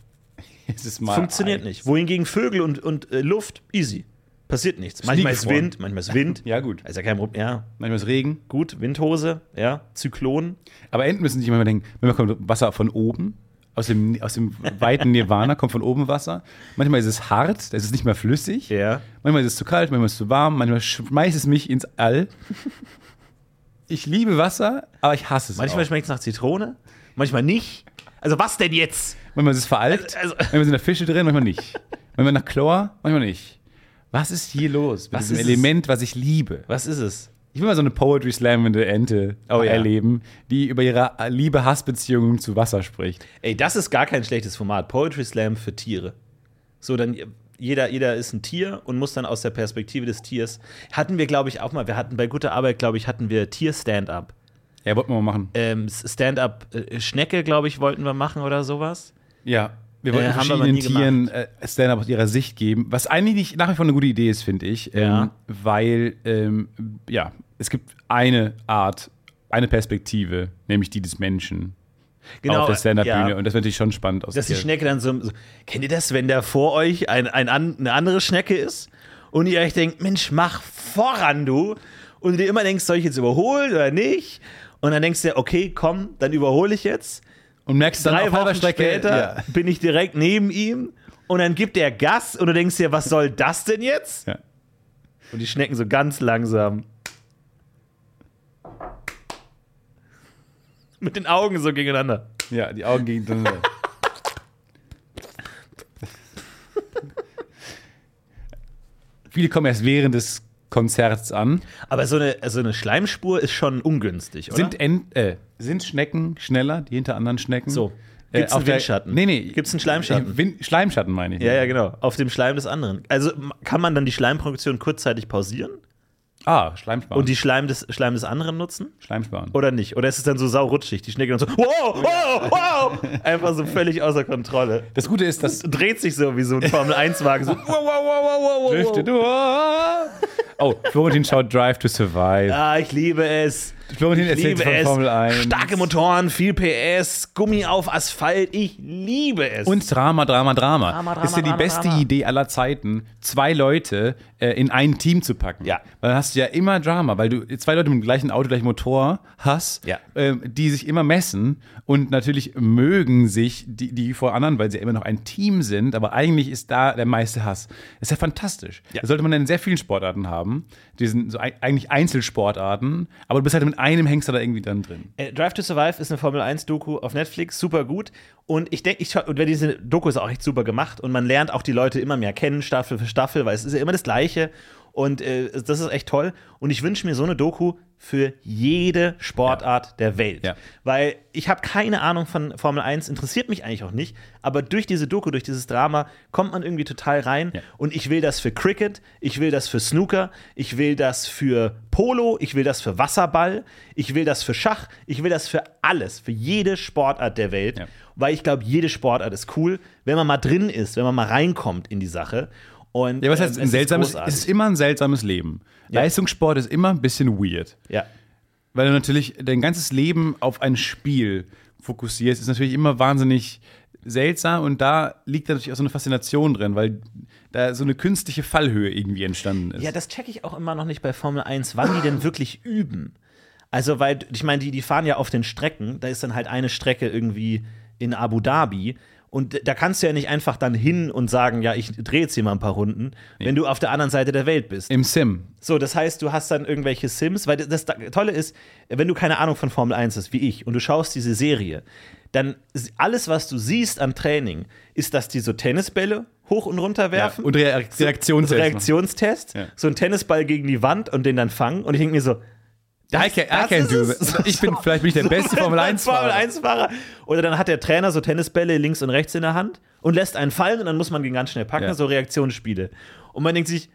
D: es ist mal
C: Funktioniert
D: ein-
C: nicht. Wohingegen Vögel und, und äh, Luft, easy. Passiert nichts. Manchmal ist
D: gefroren.
C: Wind, manchmal ist Wind.
D: Ja, gut.
C: Ist *laughs* ja kein Problem. Ja,
D: Manchmal ist Regen.
C: gut. Windhose, ja. Zyklon.
D: Aber Enten müssen sich immer denken, manchmal kommt Wasser von oben, aus dem, aus dem weiten Nirvana, kommt von oben Wasser. Manchmal ist es hart, da ist es nicht mehr flüssig.
C: Ja.
D: Manchmal ist es zu kalt, manchmal ist es zu warm, manchmal schmeißt es mich ins All. Ich liebe Wasser, aber ich hasse es
C: Manchmal
D: auch.
C: schmeckt es nach Zitrone, manchmal nicht. Also was denn jetzt?
D: Manchmal ist es veralkt,
C: Also-
D: manchmal sind da Fische drin, manchmal nicht. manchmal nach Chlor, manchmal nicht. Was ist hier los mit
C: Was
D: diesem
C: ist es?
D: Element, was ich liebe?
C: Was ist es?
D: Ich will mal so eine Poetry Slammende Ente
C: Oh ja.
D: erleben, die über ihre Liebe-Hass-Beziehung zu Wasser spricht.
C: Ey, das ist gar kein schlechtes Format. Poetry Slam für Tiere. So, dann jeder, jeder ist ein Tier und muss dann aus der Perspektive des Tiers. Hatten wir, glaube ich, auch mal, wir hatten bei guter Arbeit, glaube ich, hatten wir Tier-Stand-up.
D: Ja, wollten wir mal machen.
C: Ähm, Stand-up äh, Schnecke, glaube ich, wollten wir machen oder sowas.
D: Ja, wir wollten
C: Äh, haben wir aber
D: verschiedenen
C: nie
D: Tieren äh, Stand-up aus ihrer Sicht geben, was eigentlich nach wie vor eine gute Idee ist, finde ich, ähm,
C: Ja.
D: weil ähm, ja, es gibt eine Art, eine Perspektive, nämlich die des Menschen auf der Stand-up-Bühne
C: Genau, Ja.
D: und das wird natürlich schon spannend aus.
C: Dass die
D: der-
C: Schnecke dann so, so. Kennt ihr das, wenn da vor euch ein, ein, an- eine andere Schnecke ist und ihr euch denkt, Mensch, mach voran, du. Und du immer denkst, soll ich jetzt überholen oder nicht? Und dann denkst du, dir, okay, komm, dann überhole ich jetzt.
D: und merkst dann
C: Drei
D: auf halber
C: Wochen
D: Strecke,
C: später
D: ja.
C: bin ich direkt neben ihm und dann gibt er Gas und du denkst dir, was soll das denn jetzt?
D: Ja.
C: Und die Schnecken so ganz langsam. Mit den Augen so gegeneinander.
D: Ja, die Augen gegeneinander. *laughs* Viele kommen erst während des Konzerts an.
C: Aber so eine, so eine Schleimspur ist schon ungünstig, oder?
D: Sind, Ent, äh, sind Schnecken schneller, die hinter anderen Schnecken? Äh,
C: So. Gibt's einen
D: der-
C: Windschatten?
D: Nee, nee.
C: Gibt's einen Schleimschatten?
D: Äh, Win Schleimschatten meine ich.
C: ja, ja, genau. Auf dem Schleim des anderen. Also m- kann man dann die Schleimproduktion kurzzeitig pausieren
D: Ah, Schleimsparen.
C: und die Schleim des, Schleim des anderen nutzen?
D: Schleimsparen.
C: Oder nicht? Oder ist es dann so saurutschig? Die Schnecke dann so, wow, wow, wow! Einfach so völlig außer Kontrolle.
D: Das Gute ist, dass
C: Dreht sich so wie so ein Formel-1-Wagen. So, wow, wow, wow, wow, wow,
D: driftet.
C: wow.
D: Oh, Florentin schaut Drive to Survive.
C: Ah, ich liebe es.
D: Florentin
C: Ich
D: erzählt
C: liebe
D: von
C: es.
D: Formel 1.
C: Starke Motoren, viel PS, Gummi auf Asphalt. Ich liebe es.
D: Und Drama, Drama, Drama.
B: Drama, Drama,
D: ist ja die
B: Drama,
D: beste
B: Drama.
D: Idee aller Zeiten, zwei Leute äh, in ein Team zu packen.
C: Ja.
D: Weil dann hast du ja immer Drama, weil du zwei Leute mit dem gleichen Auto, gleichen Motor hast,
C: Ja.
D: ähm, die sich immer messen und natürlich mögen sich die, die vor anderen, weil sie ja immer noch ein Team sind, aber eigentlich ist da der meiste Hass. Das ist ja fantastisch. Das sollte man in sehr vielen Sportarten haben, diesen so ei- eigentlich Einzelsportarten, aber du bist halt mit einem Hengster da irgendwie dann drin.
C: Äh, Drive to Survive ist eine Formel 1-Doku auf Netflix, super gut. Und ich denke, ich scha- und wenn diese Doku ist auch echt super gemacht und man lernt auch die Leute immer mehr kennen, Staffel für Staffel, weil es ist ja immer das Gleiche. Und äh, das ist echt toll. Und ich wünsche mir so eine Doku für jede Sportart der Welt.
D: Ja.
C: Weil ich habe keine Ahnung von Formel 1, interessiert mich eigentlich auch nicht. Aber durch diese Doku, durch dieses Drama, kommt man irgendwie total rein.
D: Ja.
C: Und ich will das für Cricket, ich will das für Snooker, ich will das für Polo, ich will das für Wasserball, ich will das für Schach, ich will das für alles, für jede Sportart der Welt.
D: Ja.
C: Weil ich glaube, jede Sportart ist cool, wenn man mal drin ist, wenn man mal reinkommt in die Sache. Und,
D: Ja, was
C: ähm,
D: heißt,
C: es
D: ein
C: ist
D: seltsames,
C: großartig.
D: es ist immer ein seltsames Leben. Leistungssport ist immer ein bisschen weird.
C: ja.
D: Weil du natürlich dein ganzes Leben auf ein Spiel fokussierst, ist natürlich immer wahnsinnig seltsam und da liegt natürlich auch so eine Faszination drin, weil da so eine künstliche Fallhöhe irgendwie entstanden ist.
C: Ja, das checke ich auch immer noch nicht bei Formel 1, wann die denn wirklich üben. Also, weil, ich meine, die, die fahren ja auf den Strecken, da ist dann halt eine Strecke irgendwie in Abu Dhabi. Und da kannst du ja nicht einfach dann hin und sagen, ja, ich drehe jetzt hier mal ein paar Runden, wenn du auf der anderen Seite der Welt bist.
D: Im Sim.
C: So, das heißt, du hast dann irgendwelche Sims, weil das Tolle ist, wenn du keine Ahnung von Formel 1 hast, wie ich, und du schaust diese Serie, dann s- alles, was du siehst am Training, ist, dass die so Tennisbälle hoch und runter
D: Ja.
C: werfen.
D: Und Re Reaktions
C: Reaktionstest,
D: Ja.
C: so einen Tennisball gegen die Wand und den dann fangen. Und ich denke mir so,
D: I can, I can do
C: es.
D: that.
C: *laughs*
D: Ich bin, vielleicht bin ich der beste *laughs* Formel 1
C: Formel
D: -Fahrer.
C: 1-Fahrer. Oder dann hat der Trainer so Tennisbälle links und rechts in der Hand und lässt einen fallen und dann muss man den ganz schnell packen,
D: Ja.
C: so Reaktionsspiele. Und man denkt sich,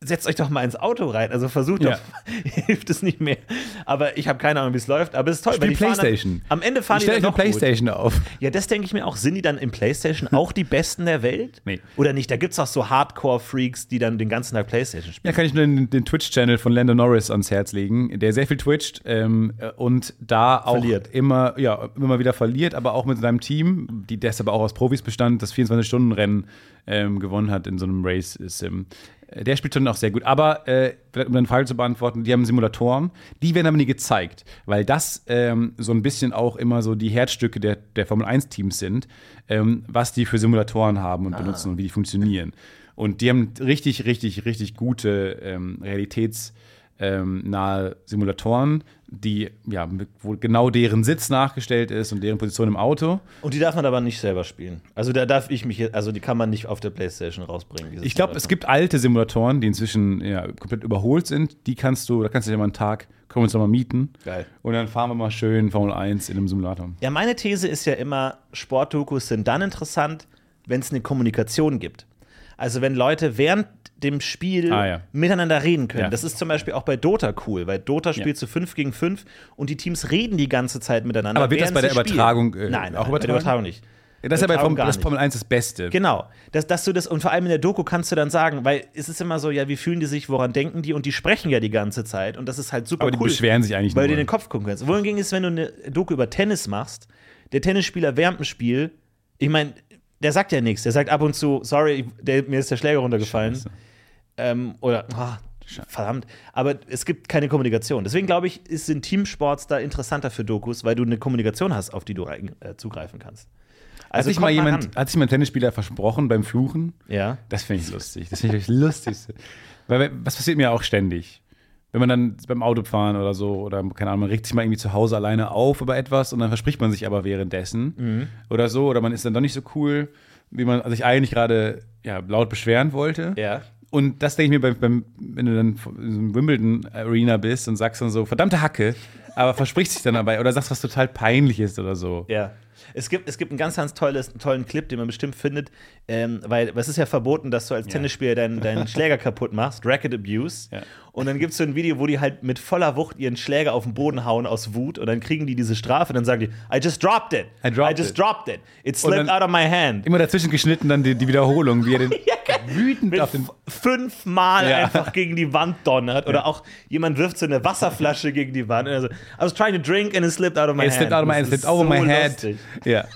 C: setzt euch doch mal ins Auto rein. Also versucht
D: Ja.
C: doch, *laughs* hilft es nicht mehr. Aber ich habe keine Ahnung, wie es läuft. Aber es ist toll.
D: Spiel
C: die fahren
D: Playstation.
C: Dann, am Ende fahren
D: Ich
C: die
D: stelle
C: dann
D: eine
C: doch gut.
D: Playstation auf.
C: Ja, das denke ich mir auch. Sind die dann im
D: *laughs*
C: Playstation auch die Besten der Welt?
D: Nee.
C: Oder nicht? Da gibt es auch so Hardcore-Freaks, die dann den ganzen Tag Playstation spielen.
D: Ja, kann ich nur den, den Twitch-Channel von Lando Norris ans Herz legen, der sehr viel twitcht ähm, äh, und da auch
C: Verliert.
D: immer, ja, immer wieder verliert, aber auch mit seinem Team, die, der ist aber auch aus Profis bestand, das 24-Stunden-Rennen ähm, gewonnen hat in so einem Race-Sim. Äh, Der spielt schon auch sehr gut. Aber äh, vielleicht, um deine Frage zu beantworten, die haben Simulatoren, die werden aber nie gezeigt, weil das ähm, so ein bisschen auch immer so die Herzstücke der, der Formel-1-Teams sind, ähm, was die für Simulatoren haben und benutzen und wie die funktionieren. Und die haben richtig, richtig, richtig gute ähm, Realitäts- ähm, nahe Simulatoren, die ja, mit- wo genau deren Sitz nachgestellt ist und deren Position im Auto.
C: Und die darf man aber nicht selber spielen. Also da darf ich mich, jetzt- also die kann man nicht auf der Playstation rausbringen. diese
D: Ich glaube, es
C: Simulation.
D: gibt alte Simulatoren, die inzwischen ja, komplett überholt sind. Die kannst du, da kannst du dir mal einen Tag, können wir uns doch mal mieten.
C: Geil.
D: Und dann fahren wir mal schön Formel 1 in einem Simulator.
C: Ja, meine These ist ja immer, Sportdokus sind dann interessant, wenn es eine Kommunikation gibt. Also wenn Leute während dem Spiel
D: Ah, ja.
C: miteinander reden können.
D: Ja.
C: Das ist zum Beispiel auch bei Dota cool, weil Dota spielt zu 5 gegen 5 und die Teams reden die ganze Zeit miteinander.
D: Aber wird
C: während
D: das bei der
C: sie spielen.
D: Übertragung, äh,
C: nein, nein, auch
D: auch
C: bei der
D: übertragen?
C: Übertragung nicht.
D: Das ist ja bei
C: Übertragung
D: Formel,
C: gar
D: das
C: nicht.
D: Formel 1 das Beste.
C: Genau, dass, dass du das und vor allem in der Doku kannst du dann sagen, weil es ist immer so, ja, wie fühlen die sich, woran denken die und die sprechen ja die ganze Zeit und das ist halt super
D: Aber die
C: cool.
D: beschweren sich eigentlich
C: Weil
D: nur.
C: du in den Kopf gucken kannst. Wohingegen ist, wenn du eine Doku über Tennis machst, der Tennisspieler während dem Spiel, ich meine, der sagt ja nichts, der sagt ab und zu, sorry, der, mir ist der Schläger runtergefallen. Ähm, oder, ah, verdammt. Aber es gibt keine Kommunikation. Deswegen glaube ich, ist, sind Teamsports da interessanter für Dokus, weil du eine Kommunikation hast, auf die du rein, äh, zugreifen kannst.
D: Hat
C: Also
D: sich mal
C: kommt mal
D: jemand,
C: ran.
D: hat sich mal ein Tennisspieler versprochen beim Fluchen?
C: Ja.
D: Das finde ich lustig. Das finde ich das Lustigste. Weil, was passiert mir auch ständig? Wenn man dann beim Autofahren oder so, oder keine Ahnung, man regt sich mal irgendwie zu Hause alleine auf über etwas und dann verspricht man sich aber währenddessen
C: Mhm.
D: oder so, oder man ist dann doch nicht so cool, wie man sich eigentlich gerade ja, laut beschweren wollte.
C: Ja.
D: Und das denke ich mir, beim, beim, wenn du dann in so einem Wimbledon-Arena bist und sagst dann so, verdammte Hacke, aber versprichst dich dann dabei oder sagst was total peinlich ist oder so.
C: Ja. Es gibt, es gibt einen ganz, ganz tolles, tollen Clip, den man bestimmt findet, ähm, weil es ist ja verboten, dass du als Tennisspieler deinen,
D: *laughs*
C: deinen Schläger kaputt machst, Racket Abuse.
D: Ja.
C: Und dann gibt es so ein Video, wo die halt mit voller Wucht ihren Schläger auf den Boden hauen aus Wut und dann kriegen die diese Strafe und dann sagen die, I just dropped it.
D: I dropped
C: just
D: it."
C: dropped it. It
D: Und
C: slipped
D: dann-
C: out of my hand.
D: Immer dazwischen geschnitten dann die, die Wiederholung, wie
C: *laughs*
D: er den wütend
C: Mit
D: auf den
C: f- fünfmal
D: Ja.
C: einfach gegen die Wand donnert. Oder auch jemand wirft so eine Wasserflasche gegen die Wand. Und er so, I was trying to drink and it slipped out of my
D: It
C: hand.
D: slipped out of my
C: Das
D: hand,
C: ist
D: slipped over
C: so
D: my head.
C: lustig.
D: Ja.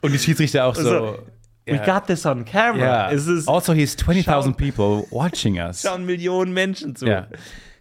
D: Und die Schiedsrichter auch so.
C: So, We got this on camera.
D: ja.
C: Also, Es ist
D: also, he's 20.000
C: Schauen-
D: people watching us.
C: schauen Millionen Menschen zu.
D: Ja.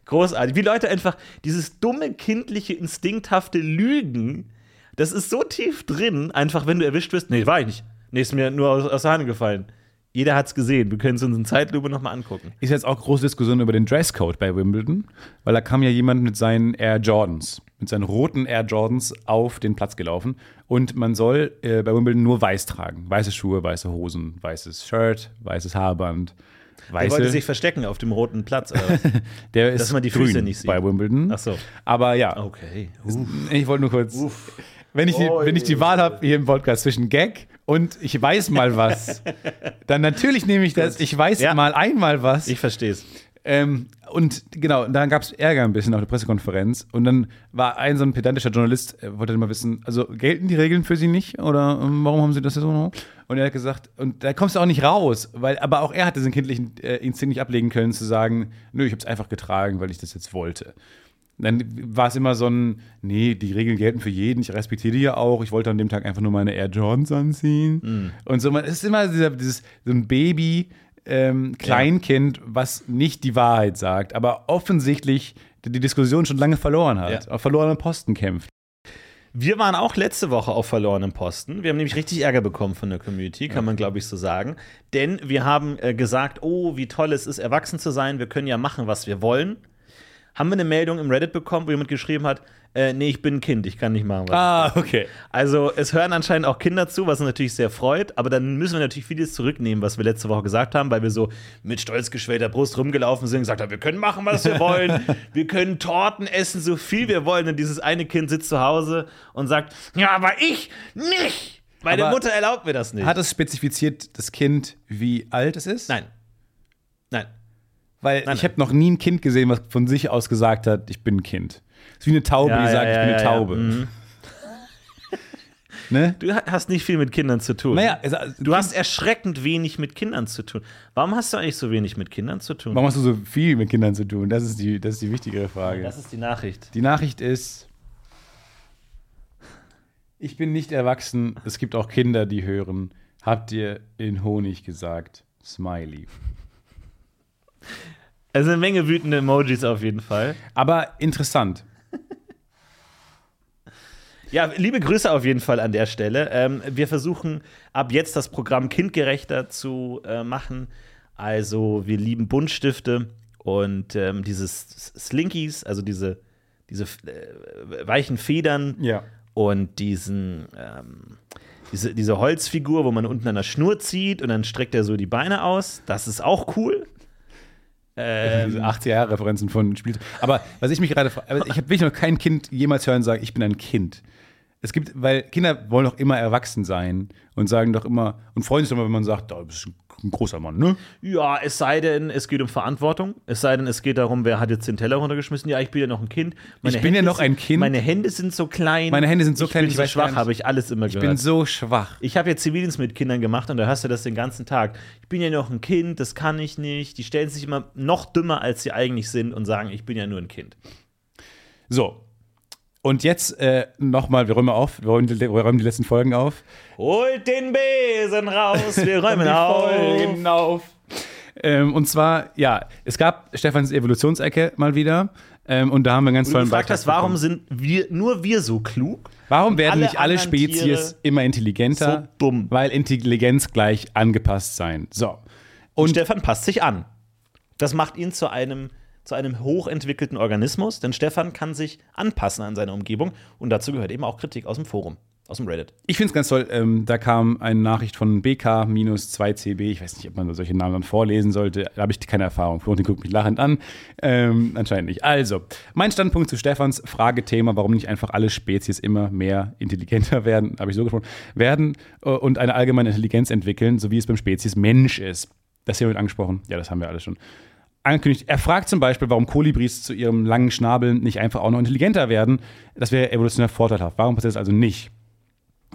C: Großartig. Wie Leute einfach dieses dumme, kindliche, instinkthafte Lügen, das ist so tief drin, einfach wenn du erwischt wirst, nee, war ich nicht. Nee, ist mir nur aus, aus der Hand gefallen. Jeder hat's gesehen. Wir können es uns in Zeitlupe nochmal angucken.
D: Ist jetzt auch große Diskussion über den Dresscode bei Wimbledon, weil da kam ja jemand mit seinen Air Jordans, mit seinen roten Air Jordans auf den Platz gelaufen. Und man soll äh, bei Wimbledon nur weiß tragen. Weiße Schuhe, weiße Hosen, weißes Shirt, weißes Haarband.
C: Er
D: Weiße,
C: wollte sich verstecken auf dem roten Platz. oder was?
D: der ist
C: dass man die
D: grün
C: Füße nicht sieht.
D: bei Wimbledon.
C: Ach so.
D: *laughs*
C: Oh.
D: Aber ja,
C: okay.
D: Ich wollte nur kurz. Wenn ich, die, wenn ich die Wahl habe hier im Podcast zwischen Gag und ich weiß mal
C: *laughs*
D: was, dann natürlich nehme ich das, ich weiß
C: Ja.
D: mal einmal was.
C: Ich versteh's.
D: Ähm, und genau, dann gab es Ärger ein bisschen auf der Pressekonferenz. Und dann war ein so ein pedantischer Journalist, äh, wollte dann mal wissen, also gelten die Regeln für sie nicht? Oder ähm, warum haben sie das jetzt so gemacht? Und er hat gesagt, und da kommst du auch nicht raus, weil, aber auch er hatte diesen kindlichen äh, Instinkt nicht ablegen können, zu sagen, nö, ich habe es einfach getragen, weil ich das jetzt wollte. Dann war es immer so ein, nee, die Regeln gelten für jeden, ich respektiere die ja auch, ich wollte an dem Tag einfach nur meine Air Jordans anziehen.
C: Mm.
D: Und so, man es ist immer dieser, dieses, so ein Baby, ähm, Kleinkind, was nicht die Wahrheit sagt, aber offensichtlich die, die Diskussion schon lange verloren hat,
C: Ja.
D: auf verlorenen Posten kämpft.
C: Wir waren auch letzte Woche auf verlorenem Posten. Wir haben nämlich richtig Ärger bekommen von der Community, kann man glaube ich so sagen. Denn wir haben äh, gesagt, oh, wie toll es ist, erwachsen zu sein. Wir können ja machen, was wir wollen. Haben wir eine Meldung im Reddit bekommen, wo jemand geschrieben hat, äh, nee, ich bin ein Kind, ich kann nicht machen, was ich
D: Ah, okay.
C: also es hören anscheinend auch Kinder zu, was uns natürlich sehr freut, aber dann müssen wir natürlich vieles zurücknehmen, was wir letzte Woche gesagt haben, weil wir so mit stolz geschwellter Brust rumgelaufen sind und gesagt haben, wir können machen, was wir
D: *laughs*
C: wollen, wir können Torten essen, so viel wir wollen. Und dieses eine Kind sitzt zu Hause und sagt, ja, aber ich nicht. Meine
D: Aber
C: Mutter erlaubt mir das nicht.
D: Hat es spezifiziert, das Kind, wie alt es ist?
C: Nein. Nein.
D: Weil
C: Nein,
D: ich
C: nein.
D: habe noch nie ein Kind gesehen, was von sich aus gesagt hat, ich bin ein Kind. Es ist wie eine Taube,
C: Ja,
D: die
C: ja,
D: sagt,
C: ja,
D: ich bin eine
C: ja, Mhm. ja.
D: Taube. *laughs* ne?
C: Du ha- hast nicht viel mit Kindern zu tun.
D: Naja, es, also,
C: Du hast erschreckend wenig mit Kindern zu tun. Warum hast du eigentlich so wenig mit Kindern zu tun?
D: warum hast du so viel mit Kindern zu tun? Das ist die, das ist die wichtigere Frage.
C: Das ist die Nachricht.
D: die Nachricht ist, ich bin nicht erwachsen, es gibt auch Kinder, die hören, habt ihr in Honig gesagt, Smiley.
C: Es sind eine Menge wütende Emojis auf jeden Fall.
D: Aber interessant.
C: Ja, liebe Grüße auf jeden Fall an der Stelle. Ähm, wir versuchen ab jetzt das Programm kindgerechter zu äh, machen. Also wir lieben Buntstifte und ähm, diese S- S- Slinkies, also diese, diese äh, weichen Federn
D: Ja.
C: und diesen, ähm, diese, diese Holzfigur, wo man unten an der Schnur zieht und dann streckt er so die Beine aus. Das ist auch cool.
D: Also Diese 80er-Referenzen von Spiel. Aber was ich mich gerade frage, aber ich habe wirklich noch kein Kind jemals hören sagen, ich bin ein Kind. Es gibt, weil Kinder wollen doch immer erwachsen sein und sagen doch immer und freuen sich doch immer, wenn man sagt, da bist du ein großer Mann, ne?
C: Ja, es sei denn, es geht um Verantwortung. Es sei denn, es geht darum, wer hat jetzt den Teller runtergeschmissen. Ja, ich bin ja noch ein Kind.
D: Ich bin ja noch ein
C: sind,
D: Kind.
C: Meine Hände sind so klein.
D: Meine Hände sind so
C: ich
D: klein,
C: Bin
D: ich
C: so
D: weiß gar
C: schwach
D: nicht.
C: habe ich alles immer
D: Ich
C: gehört.
D: bin so schwach.
C: ich habe ja Zivildienst mit Kindern gemacht und da hörst du das den ganzen Tag. Ich bin ja noch ein Kind, das kann ich nicht. Die stellen sich immer noch dümmer, als sie eigentlich sind und sagen, ich bin ja nur ein Kind.
D: So. Und jetzt äh, nochmal, wir räumen auf, wir räumen, die, wir räumen die letzten Folgen auf.
C: Holt den Besen raus,
D: *laughs*
C: wir räumen
D: Die
C: auf.
D: Folgen auf. Ähm, und zwar, ja, es gab Stefans Evolutionsecke mal wieder. Ähm, und da haben wir einen ganz
C: Wenn Du
D: tollen
C: gefragt hast,
D: bekommen.
C: warum sind wir nur wir so klug?
D: Warum werden
C: alle
D: nicht alle
C: anderen Tiere
D: Spezies immer intelligenter?
C: so dumm?
D: Weil Intelligenz gleich angepasst sein. So. Und
C: Stefan passt sich an. Das macht ihn zu einem, zu einem hochentwickelten Organismus, denn Stefan kann sich anpassen an seine Umgebung und dazu gehört eben auch Kritik aus dem Forum, aus dem Reddit.
D: ich finde es ganz toll, ähm, da kam eine Nachricht von BK-2CB. Ich weiß nicht, ob man solche Namen dann vorlesen sollte. Da habe ich keine Erfahrung. Florentin guckt mich lachend an. Ähm, anscheinend nicht. Also, mein Standpunkt zu Stefans Fragethema, warum nicht einfach alle Spezies immer mehr intelligenter werden, habe ich so gesprochen, werden äh, und eine allgemeine Intelligenz entwickeln, so wie es beim Spezies Mensch ist. Das hier wird angesprochen. Ja, das haben wir alle schon. angekündigt. Er fragt zum Beispiel, warum Kolibris zu ihrem langen Schnabel nicht einfach auch noch intelligenter werden. Das wäre evolutionär vorteilhaft. Warum passiert das also nicht?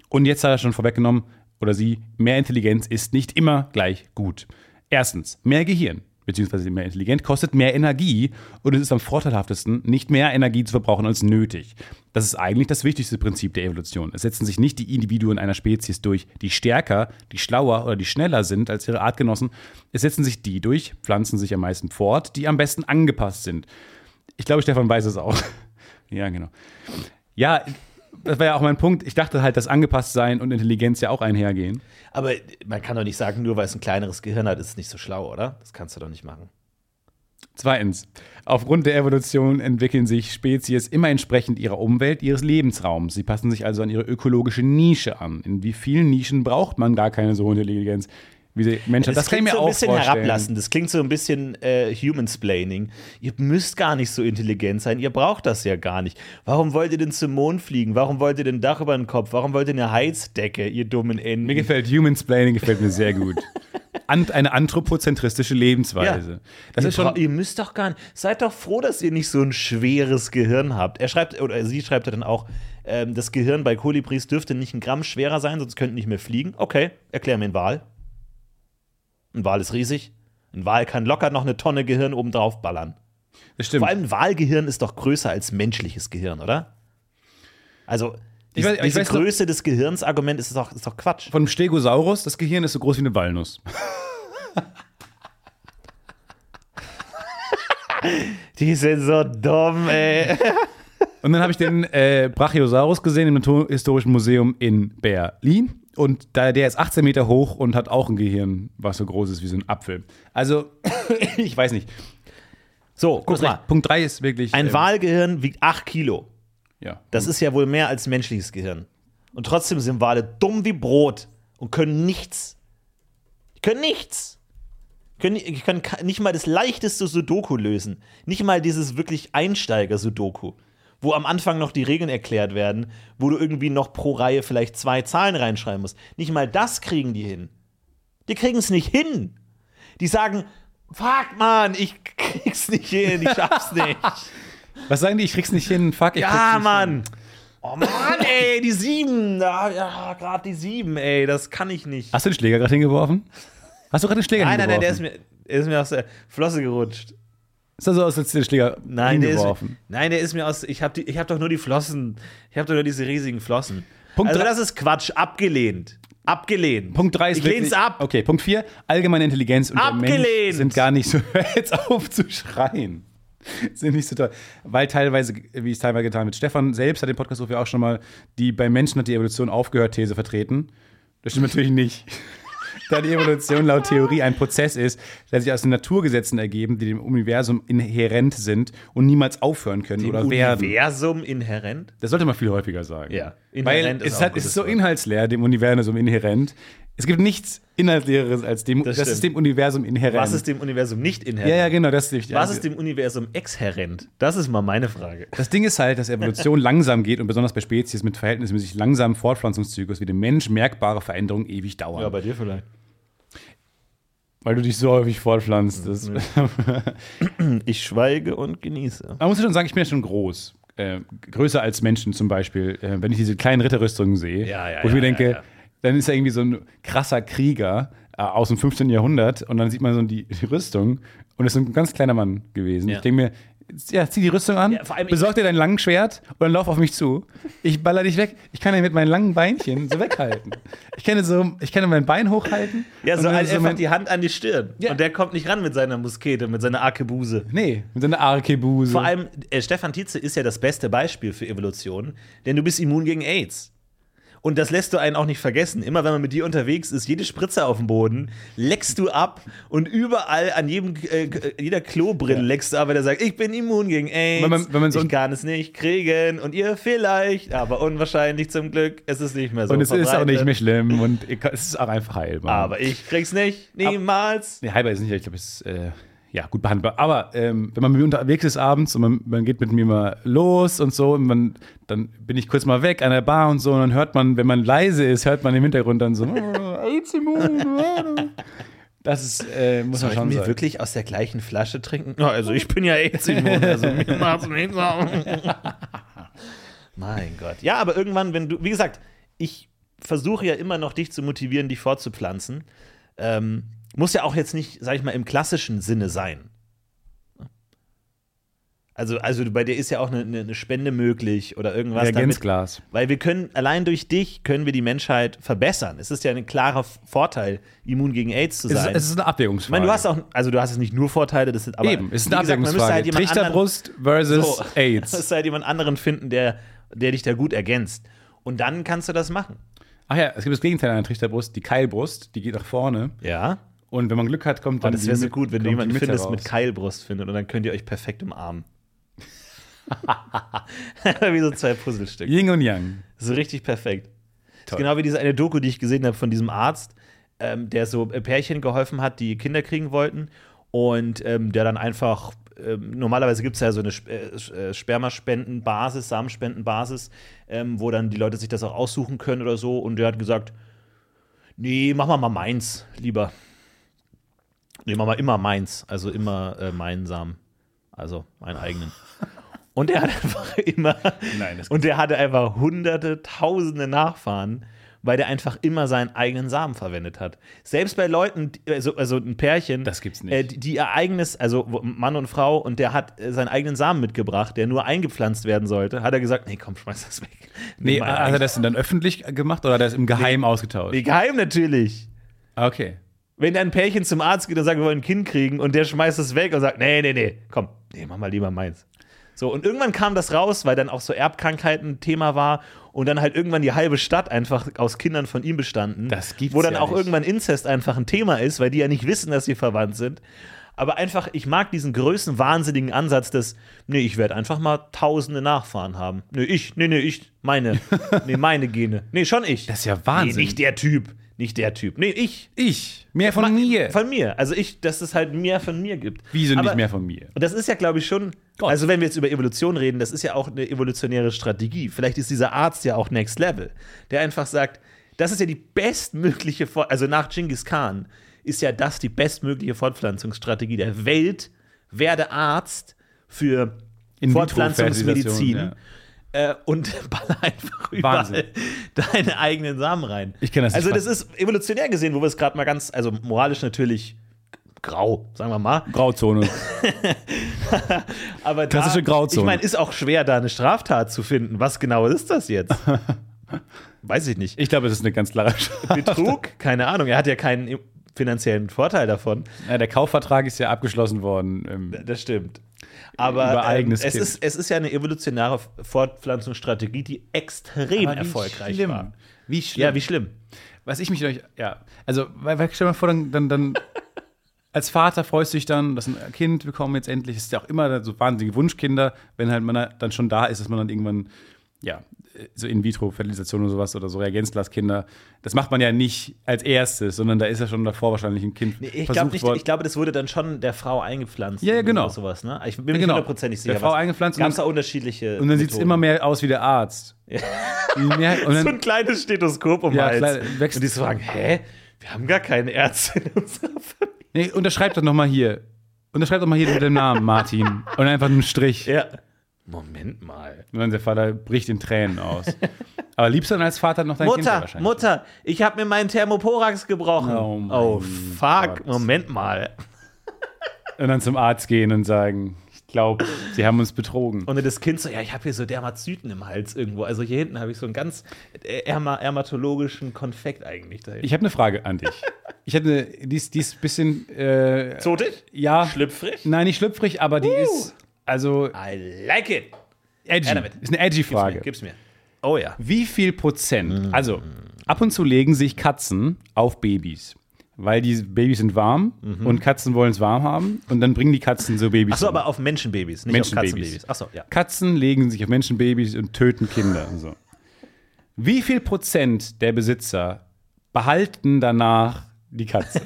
D: Und jetzt hat er schon vorweggenommen, oder sie, mehr Intelligenz ist nicht immer gleich gut. Erstens, mehr Gehirn, beziehungsweise mehr intelligent, kostet mehr Energie und es ist am vorteilhaftesten, nicht mehr Energie zu verbrauchen als nötig. Das ist eigentlich das wichtigste Prinzip der Evolution. Es setzen sich nicht die Individuen einer Spezies durch, die stärker, die schlauer oder die schneller sind als ihre Artgenossen. Es setzen sich die durch, pflanzen sich am meisten fort, die am besten angepasst sind. Ich glaube, Stefan weiß es auch. *laughs* ja, genau. Ja, das war ja auch mein Punkt. Ich dachte halt, dass angepasst sein und Intelligenz ja auch einhergehen.
C: Aber man kann doch nicht sagen, nur weil es ein kleineres Gehirn hat, ist es nicht so schlau, oder? Das kannst du doch nicht machen.
D: Zweitens, aufgrund der Evolution entwickeln sich Spezies immer entsprechend ihrer Umwelt, ihres Lebensraums. Sie passen sich also an ihre ökologische Nische an. In wie vielen Nischen braucht man gar keine so hohe Intelligenz wie der Mensch? hat? Das, kann
C: klingt
D: ich mir
C: so ein
D: auch
C: bisschen
D: vorstellen.
C: herablassend. Das klingt so ein bisschen äh, Humansplaining. Ihr müsst gar nicht so intelligent sein. Ihr braucht das ja gar nicht. Warum wollt ihr denn zum Mond fliegen? Warum wollt ihr denn ein Dach über den Kopf? Warum wollt ihr eine Heizdecke, ihr dummen Enden?
D: Mir gefällt Humansplaining gefällt mir sehr gut. Ant, eine anthropozentristische Lebensweise. Das
C: ihr,
D: ist schon
C: bra- ihr müsst doch gar nicht. Seid doch froh, dass ihr nicht so ein schweres Gehirn habt. Er schreibt, oder sie schreibt dann auch, ähm, das Gehirn bei Kolibris dürfte nicht ein Gramm schwerer sein, sonst könnten nicht mehr fliegen. Okay, erklär mir einen Wal. Ein Wal ist riesig. Ein Wal kann locker noch eine Tonne Gehirn obendrauf ballern.
D: das stimmt.
C: Vor allem ein Walgehirn ist doch größer als menschliches Gehirn, oder? Also,
D: Ich weiß- ich
C: diese
D: weiß noch-
C: Größe des Gehirns-Argument ist doch, ist doch Quatsch.
D: Von einem Stegosaurus, das Gehirn ist so groß wie eine Walnuss.
C: Die sind so dumm, ey.
D: Und dann habe ich den äh, Brachiosaurus gesehen im Naturhistorischen Museum in Berlin. Und da, der ist 18 Meter hoch und hat auch ein Gehirn, was so groß ist wie so ein Apfel. Also, *coughs* ich weiß nicht.
C: So, guck mal.
D: Punkt 3 ist wirklich.
C: Ein
D: Also ähm,
C: Walgehirn wiegt 8 Kilo.
D: Ja.
C: Das ist ja wohl mehr als menschliches Gehirn. Und trotzdem sind Wale dumm wie Brot und können nichts. Die können nichts. Die Können, die können ka- nicht mal das leichteste Sudoku lösen. Nicht mal dieses wirklich Einsteiger-Sudoku, wo am Anfang noch die Regeln erklärt werden, wo du irgendwie noch pro Reihe vielleicht zwei Zahlen reinschreiben musst. Nicht mal das kriegen die hin. Die kriegen es nicht hin. Die sagen, fuck man, ich *laughs* krieg's nicht hin, ich schaff's nicht.
D: Was sagen die? Ich krieg's nicht hin. Fuck, ich krieg's
C: Ja,
D: nicht Hin.
C: Mann. Oh Mann, ey, die sieben. Ja, ja gerade die sieben, ey, das kann ich nicht.
D: Hast du den Schläger gerade hingeworfen? Hast du gerade den Schläger
C: nein, nein, nein,
D: hingeworfen?
C: der ist mir, der ist mir aus der Flosse gerutscht.
D: Ist das so aus, als hättest du den Schläger
C: Nein, der ist,
D: hingeworfen?
C: nein, der ist mir aus. Ich habe ich hab doch nur die Flossen. Ich habe doch nur diese riesigen Flossen.
D: Punkt
C: also,
D: drei-
C: das ist Quatsch. Abgelehnt. Abgelehnt.
D: Punkt 3 ist
C: Ich lehne
D: wirklich-
C: es ab.
D: Okay, Punkt 4, allgemeine Intelligenz und der Mensch
C: Abgelehnt.
D: sind gar nicht so, *laughs* Hör jetzt auf zu schreien. Sind nicht so toll. Weil teilweise, wie ich es teilweise getan habe mit Stefan selbst, hat den Podcast ja auch schon mal, die bei Menschen hat die Evolution aufgehört, These vertreten. Das stimmt natürlich nicht. *laughs* da die Evolution laut Theorie ein Prozess ist, der sich aus den Naturgesetzen ergeben, die dem Universum inhärent sind und niemals aufhören können oder werden.
C: Universum inhärent?
D: Das sollte man viel häufiger sagen.
C: Ja.
D: Weil
C: Inhärent ist
D: es,
C: auch
D: hat,
C: ein
D: es ist
C: gutes
D: so
C: Wort.
D: inhaltsleer, dem Universum inhärent. Es gibt nichts Inhaltsleeres als dem, das,
C: Das
D: ist
C: stimmt.
D: dem Universum inhärent.
C: Was ist dem Universum nicht inhärent?
D: ja, ja, genau, das ist richtig.
C: Was ist dem Universum exhärent? Das ist mal meine Frage.
D: Das Ding ist halt,
C: *laughs*
D: dass Evolution langsam geht und besonders bei Spezies mit verhältnismäßig langsamem Fortpflanzungszyklus wie dem Mensch merkbare Veränderungen ewig dauern.
C: bei dir vielleicht.
D: weil du dich so häufig
C: Mhm.
D: fortpflanzt. Das, *laughs*
C: Ich schweige und genieße.
D: Man muss ja schon sagen, ich bin ja schon groß. Äh, größer als Menschen zum Beispiel. Äh, wenn ich diese kleinen Ritterrüstungen sehe,
C: Ja, ja,
D: wo ich mir
C: ja,
D: denke,
C: ja, ja.
D: dann ist er irgendwie so ein krasser Krieger äh, aus dem 15. Jahrhundert und dann sieht man so die, die Rüstung und ist ein ganz kleiner Mann gewesen.
C: Ja.
D: Ich denke mir, ja, zieh die Rüstung an,
C: Ja, vor allem-
D: besorg dir dein langen Schwert und dann lauf auf mich zu. Ich baller dich weg. Ich kann dich mit meinen langen Beinchen so weghalten. Ich kann, dir so, ich kann dir mein Bein hochhalten.
C: Ja,
D: und
C: so
D: dann
C: halt einfach
D: mein-
C: die Hand an die Stirn.
D: Ja. Mhm.
C: Und der kommt nicht ran mit seiner Muskete, mit seiner Arkebuse.
D: Nee, mit seiner Arkebuse.
C: Vor allem, äh, Stefan Tietze ist ja das beste Beispiel für Evolution, denn du bist immun gegen AIDS. Und das lässt du einen auch nicht vergessen. Immer wenn man mit dir unterwegs ist, jede Spritze auf dem Boden, leckst du ab und überall an jedem, äh, k- jeder Klobrille leckst du ab, weil der sagt, ich bin immun gegen AIDS.
D: Wenn man- wenn man so
C: ich
D: ein-
C: kann es nicht kriegen und ihr vielleicht, aber unwahrscheinlich zum Glück. Es ist nicht mehr so
D: und es ist auch
C: verbreitet.
D: nicht mehr schlimm und ich- es ist auch einfach heilbar.
C: Aber ich krieg's nicht, niemals.
D: Nee, halber ist nicht, ich glaube, es ist äh, ja, gut behandelbar. Aber ähm, wenn man mit mir unterwegs ist abends und man, man geht mit mir mal los und so, und man, dann bin ich kurz mal weg an der Bar und so, und dann hört man, wenn man leise ist, hört man im Hintergrund dann so, *laughs* AIDS immun. Das ist, äh, muss man
C: Sollten
D: schon
C: wir
D: sagen.
C: wirklich aus der gleichen Flasche trinken? Ja, also ich bin ja aids immun, also *laughs* mir macht's nichts aus. mein Gott. Ja, aber irgendwann, wenn du, wie gesagt, ich versuche ja immer noch, dich zu motivieren, dich fortzupflanzen. Ähm, muss ja auch jetzt nicht, sag ich mal, im klassischen Sinne sein. Also, also bei dir ist ja auch eine, eine eine Spende möglich oder irgendwas. damit-
D: Reagenzglas.
C: weil wir können, allein durch dich können wir die Menschheit verbessern. Es ist ja ein klarer Vorteil, immun gegen AIDS zu
D: Es ist,
C: sein.
D: es ist eine
C: Ich
D: Abwägungsfrage.
C: meine, du hast auch, also du hast jetzt nicht nur Vorteile, das sind aber
D: Eben, es ist
C: wie
D: eine
C: gesagt, man müsste
D: Abwägungsfrage.
C: halt jemand
D: Trichterbrust versus
C: *laughs* anderen, Du
D: AIDS.
C: müsste halt jemand anderen finden, der, der dich da gut ergänzt. Und dann kannst du das machen.
D: Ach ja, es gibt das Gegenteil einer Trichterbrust, die Keilbrust, die geht nach vorne.
C: Ja.
D: Und wenn man Glück hat, kommt dann.
C: Aber das
D: die
C: wäre so
D: mit-
C: gut, wenn
D: kommt
C: du
D: die
C: jemanden
D: Mitte
C: findest
D: raus.
C: mit Keilbrust findet und dann könnt ihr euch perfekt umarmen. *laughs* wie so zwei Puzzlestücke.
D: Yin und Yang.
C: So richtig perfekt. Das ist genau wie diese eine Doku, die ich gesehen habe von diesem Arzt, ähm, der so Pärchen geholfen hat, die Kinder kriegen wollten und ähm, der dann einfach. ähm, Normalerweise gibt es ja so eine Sp äh, äh, Spermaspendenbasis, Samenspendenbasis, ähm, wo dann die Leute sich das auch aussuchen können oder so. Und der hat gesagt: Nee, mach mal mal meins, lieber. Nee, mach mal immer meins, also immer äh, meinen Samen. Also meinen eigenen. Und er hat *laughs* einfach immer.
D: Nein, das
C: und der hatte einfach hunderte, tausende Nachfahren, weil der einfach immer seinen eigenen Samen verwendet hat. Selbst bei Leuten, die- also, also ein Pärchen,
D: Das gibt's nicht.
C: Äh, die, die ihr eigenes, also wo- Mann und Frau, und der hat äh, seinen eigenen Samen mitgebracht, der nur eingepflanzt werden sollte, hat er gesagt: Nee, komm, schmeiß das weg.
D: Nee,
C: Nimm
D: also
C: meinen
D: hat er
C: eigenen-
D: das denn dann öffentlich gemacht oder hat er das im Geheim ausgetauscht?
C: Nee, geheim natürlich.
D: Ah, Okay.
C: Wenn ein Pärchen zum Arzt geht und sagt, wir wollen ein Kind kriegen und der schmeißt es weg und sagt, nee, nee, nee, komm, nee, mach mal lieber meins. So, und irgendwann kam das raus, weil dann auch so Erbkrankheiten ein Thema war und dann halt irgendwann die halbe Stadt einfach aus Kindern von ihm bestanden.
D: Das gibt's
C: Wo dann
D: ja
C: auch
D: nicht.
C: irgendwann Inzest einfach ein Thema ist, weil die ja nicht wissen, dass sie verwandt sind. Aber einfach, ich mag diesen größenwahnsinnigen Ansatz des, nee, ich werde einfach mal tausende Nachfahren haben. Nee, ich, nee, nee, ich,
D: *laughs*
C: meine, nee, meine Gene. Nee, schon ich.
D: Das ist ja Wahnsinn.
C: Nee, nicht der Typ, nicht der Typ. Nee, ich.
D: Ich. Mehr von
C: Ma-
D: mir.
C: Von mir. Also ich, dass es halt mehr von mir gibt.
D: Wieso
C: Aber-
D: nicht mehr von mir?
C: Und das ist ja, glaube ich, schon. Also, wenn wir jetzt über Evolution reden, das ist ja auch eine evolutionäre Strategie. Vielleicht ist dieser Arzt ja auch Next Level, der einfach sagt, das ist ja die bestmögliche, Fort also nach Genghis Khan ist ja das die bestmögliche Fortpflanzungsstrategie der Welt. Werde Arzt für Fortpflanzungsmedizin
D: Ja.
C: äh, und *laughs* baller einfach überall
D: Wahnsinn.
C: deine eigenen Samen rein.
D: Ich kenn das nicht.
C: Also das ist evolutionär gesehen, wo wir es gerade mal ganz, also moralisch natürlich grau, sagen wir mal.
D: Grauzone.
C: Aber
D: Klassische
C: da,
D: Grauzone. *laughs*
C: Ich meine, ist auch schwer, da eine Straftat zu finden. Was genau ist das jetzt? weiß ich nicht.
D: Ich glaube, es ist eine ganz klare Strafe.
C: Betrug? Keine Ahnung. Er hat ja keinen finanziellen Vorteil davon.
D: *laughs* Ja, der Kaufvertrag ist ja abgeschlossen worden. Ähm,
C: Das stimmt. Aber ähm,
D: Über eigenes
C: es,
D: Kind.
C: ist, es ist ja eine evolutionäre Fortpflanzungsstrategie, die extrem erfolgreich
D: schlimm.
C: war.
D: Wie schlimm.
C: Ja, wie schlimm.
D: was ich mich durch, ja, also, weil, weil stell dir mal vor, dann, dann, dann als Vater freust du dich dann, dass ein Kind bekommen jetzt endlich, ist ja auch immer so wahnsinnige Wunschkinder, wenn halt man dann schon da ist, dass man dann irgendwann, ja, so In-vitro-Fertilisation oder sowas oder so Reagenzglaskinder, das macht man ja nicht als erstes, sondern da ist ja schon davor wahrscheinlich ein Kind
C: Ich glaube,
D: versucht
C: nicht,
D: worden.
C: ich glaube, das wurde dann schon der Frau eingepflanzt.
D: Ja, ja,
C: oder
D: genau.
C: Sowas, ne? Ich bin mir
D: Ja,
C: nicht
D: genau.
C: hundertprozentig
D: Der
C: sicher.
D: Frau eingepflanzt und
C: Gab es
D: dann-
C: auch unterschiedliche.
D: und dann sieht es
C: Methoden.
D: immer mehr aus wie der Arzt. Je mehr-
C: *laughs*
D: und
C: so
D: dann,
C: ein kleines Stethoskop um
D: Ja,
C: Hals.
D: kleine- wächst-
C: und die so sagen, hä? Wir haben gar keinen Ärzte in unserer Familie.
D: nee, unterschreib doch nochmal hier. Unterschreib doch mal hier mit dem Namen, Martin. Und einfach einen Strich.
C: Ja. Moment mal.
D: Und dann der Vater bricht in
C: *laughs*
D: Tränen aus. Aber liebst du dann als Vater noch dein Kind ja
C: Mutter,
D: wahrscheinlich?
C: Mutter, ich habe mir meinen Thermoporax gebrochen.
D: Oh mein
C: fuck,
D: Gott.
C: Moment mal.
D: Und dann zum Arzt gehen und sagen, ich glaube, sie haben uns betrogen.
C: Und dann das Kind so, ja, ich habe hier so Dermazyten im Hals irgendwo. Also hier hinten habe ich so einen ganz äh, erma ermatologischen Konfekt eigentlich dahin.
D: ich habe eine Frage an dich. Ich habe eine, die ist, die ist ein bisschen, äh,
C: Zotig?
D: ja.
C: Schlüpfrig?
D: Nein, nicht schlüpfrig, aber die
C: Uh.
D: ist, also,
C: I like it.
D: edgy.
C: her damit.
D: Ist eine edgy
C: Gib's
D: Frage.
C: mir, gib's mir. Oh ja.
D: Wie viel Prozent?
C: Mm.
D: Also, ab und zu legen sich Katzen auf Babys. Weil die Babys sind warm und Katzen wollen es warm haben und dann bringen die Katzen so Babys.
C: Achso,
D: um.
C: Mhm. aber auf Menschenbabys, nicht auf Katzenbabys.
D: Menschenbabys.
C: Achso, ja.
D: Katzen legen sich auf Menschenbabys und töten Kinder. und So. Wie viel Prozent der Besitzer behalten danach die Katze?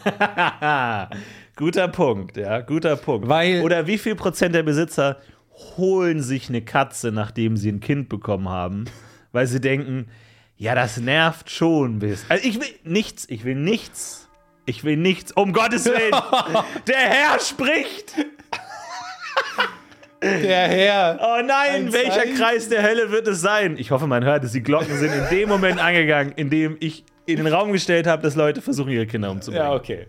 C: Guter Punkt, ja, guter Punkt.
D: Weil-
C: Oder wie viel Prozent der Besitzer holen sich eine Katze, nachdem sie ein Kind bekommen haben, *laughs* weil sie denken, ja, das nervt schon bis. Also ich will nichts, ich will nichts. Ich will nichts, um Gottes
D: *laughs*
C: Willen. Der Herr spricht.
D: *laughs* Der Herr.
C: Oh nein,
D: Ein
C: welcher
D: Zeichen.
C: Kreis der Hölle wird es sein? Ich hoffe, man hört es. Die Glocken sind in dem Moment angegangen, in dem ich in den Raum gestellt habe, dass Leute versuchen, ihre Kinder umzubringen.
D: Ja, okay.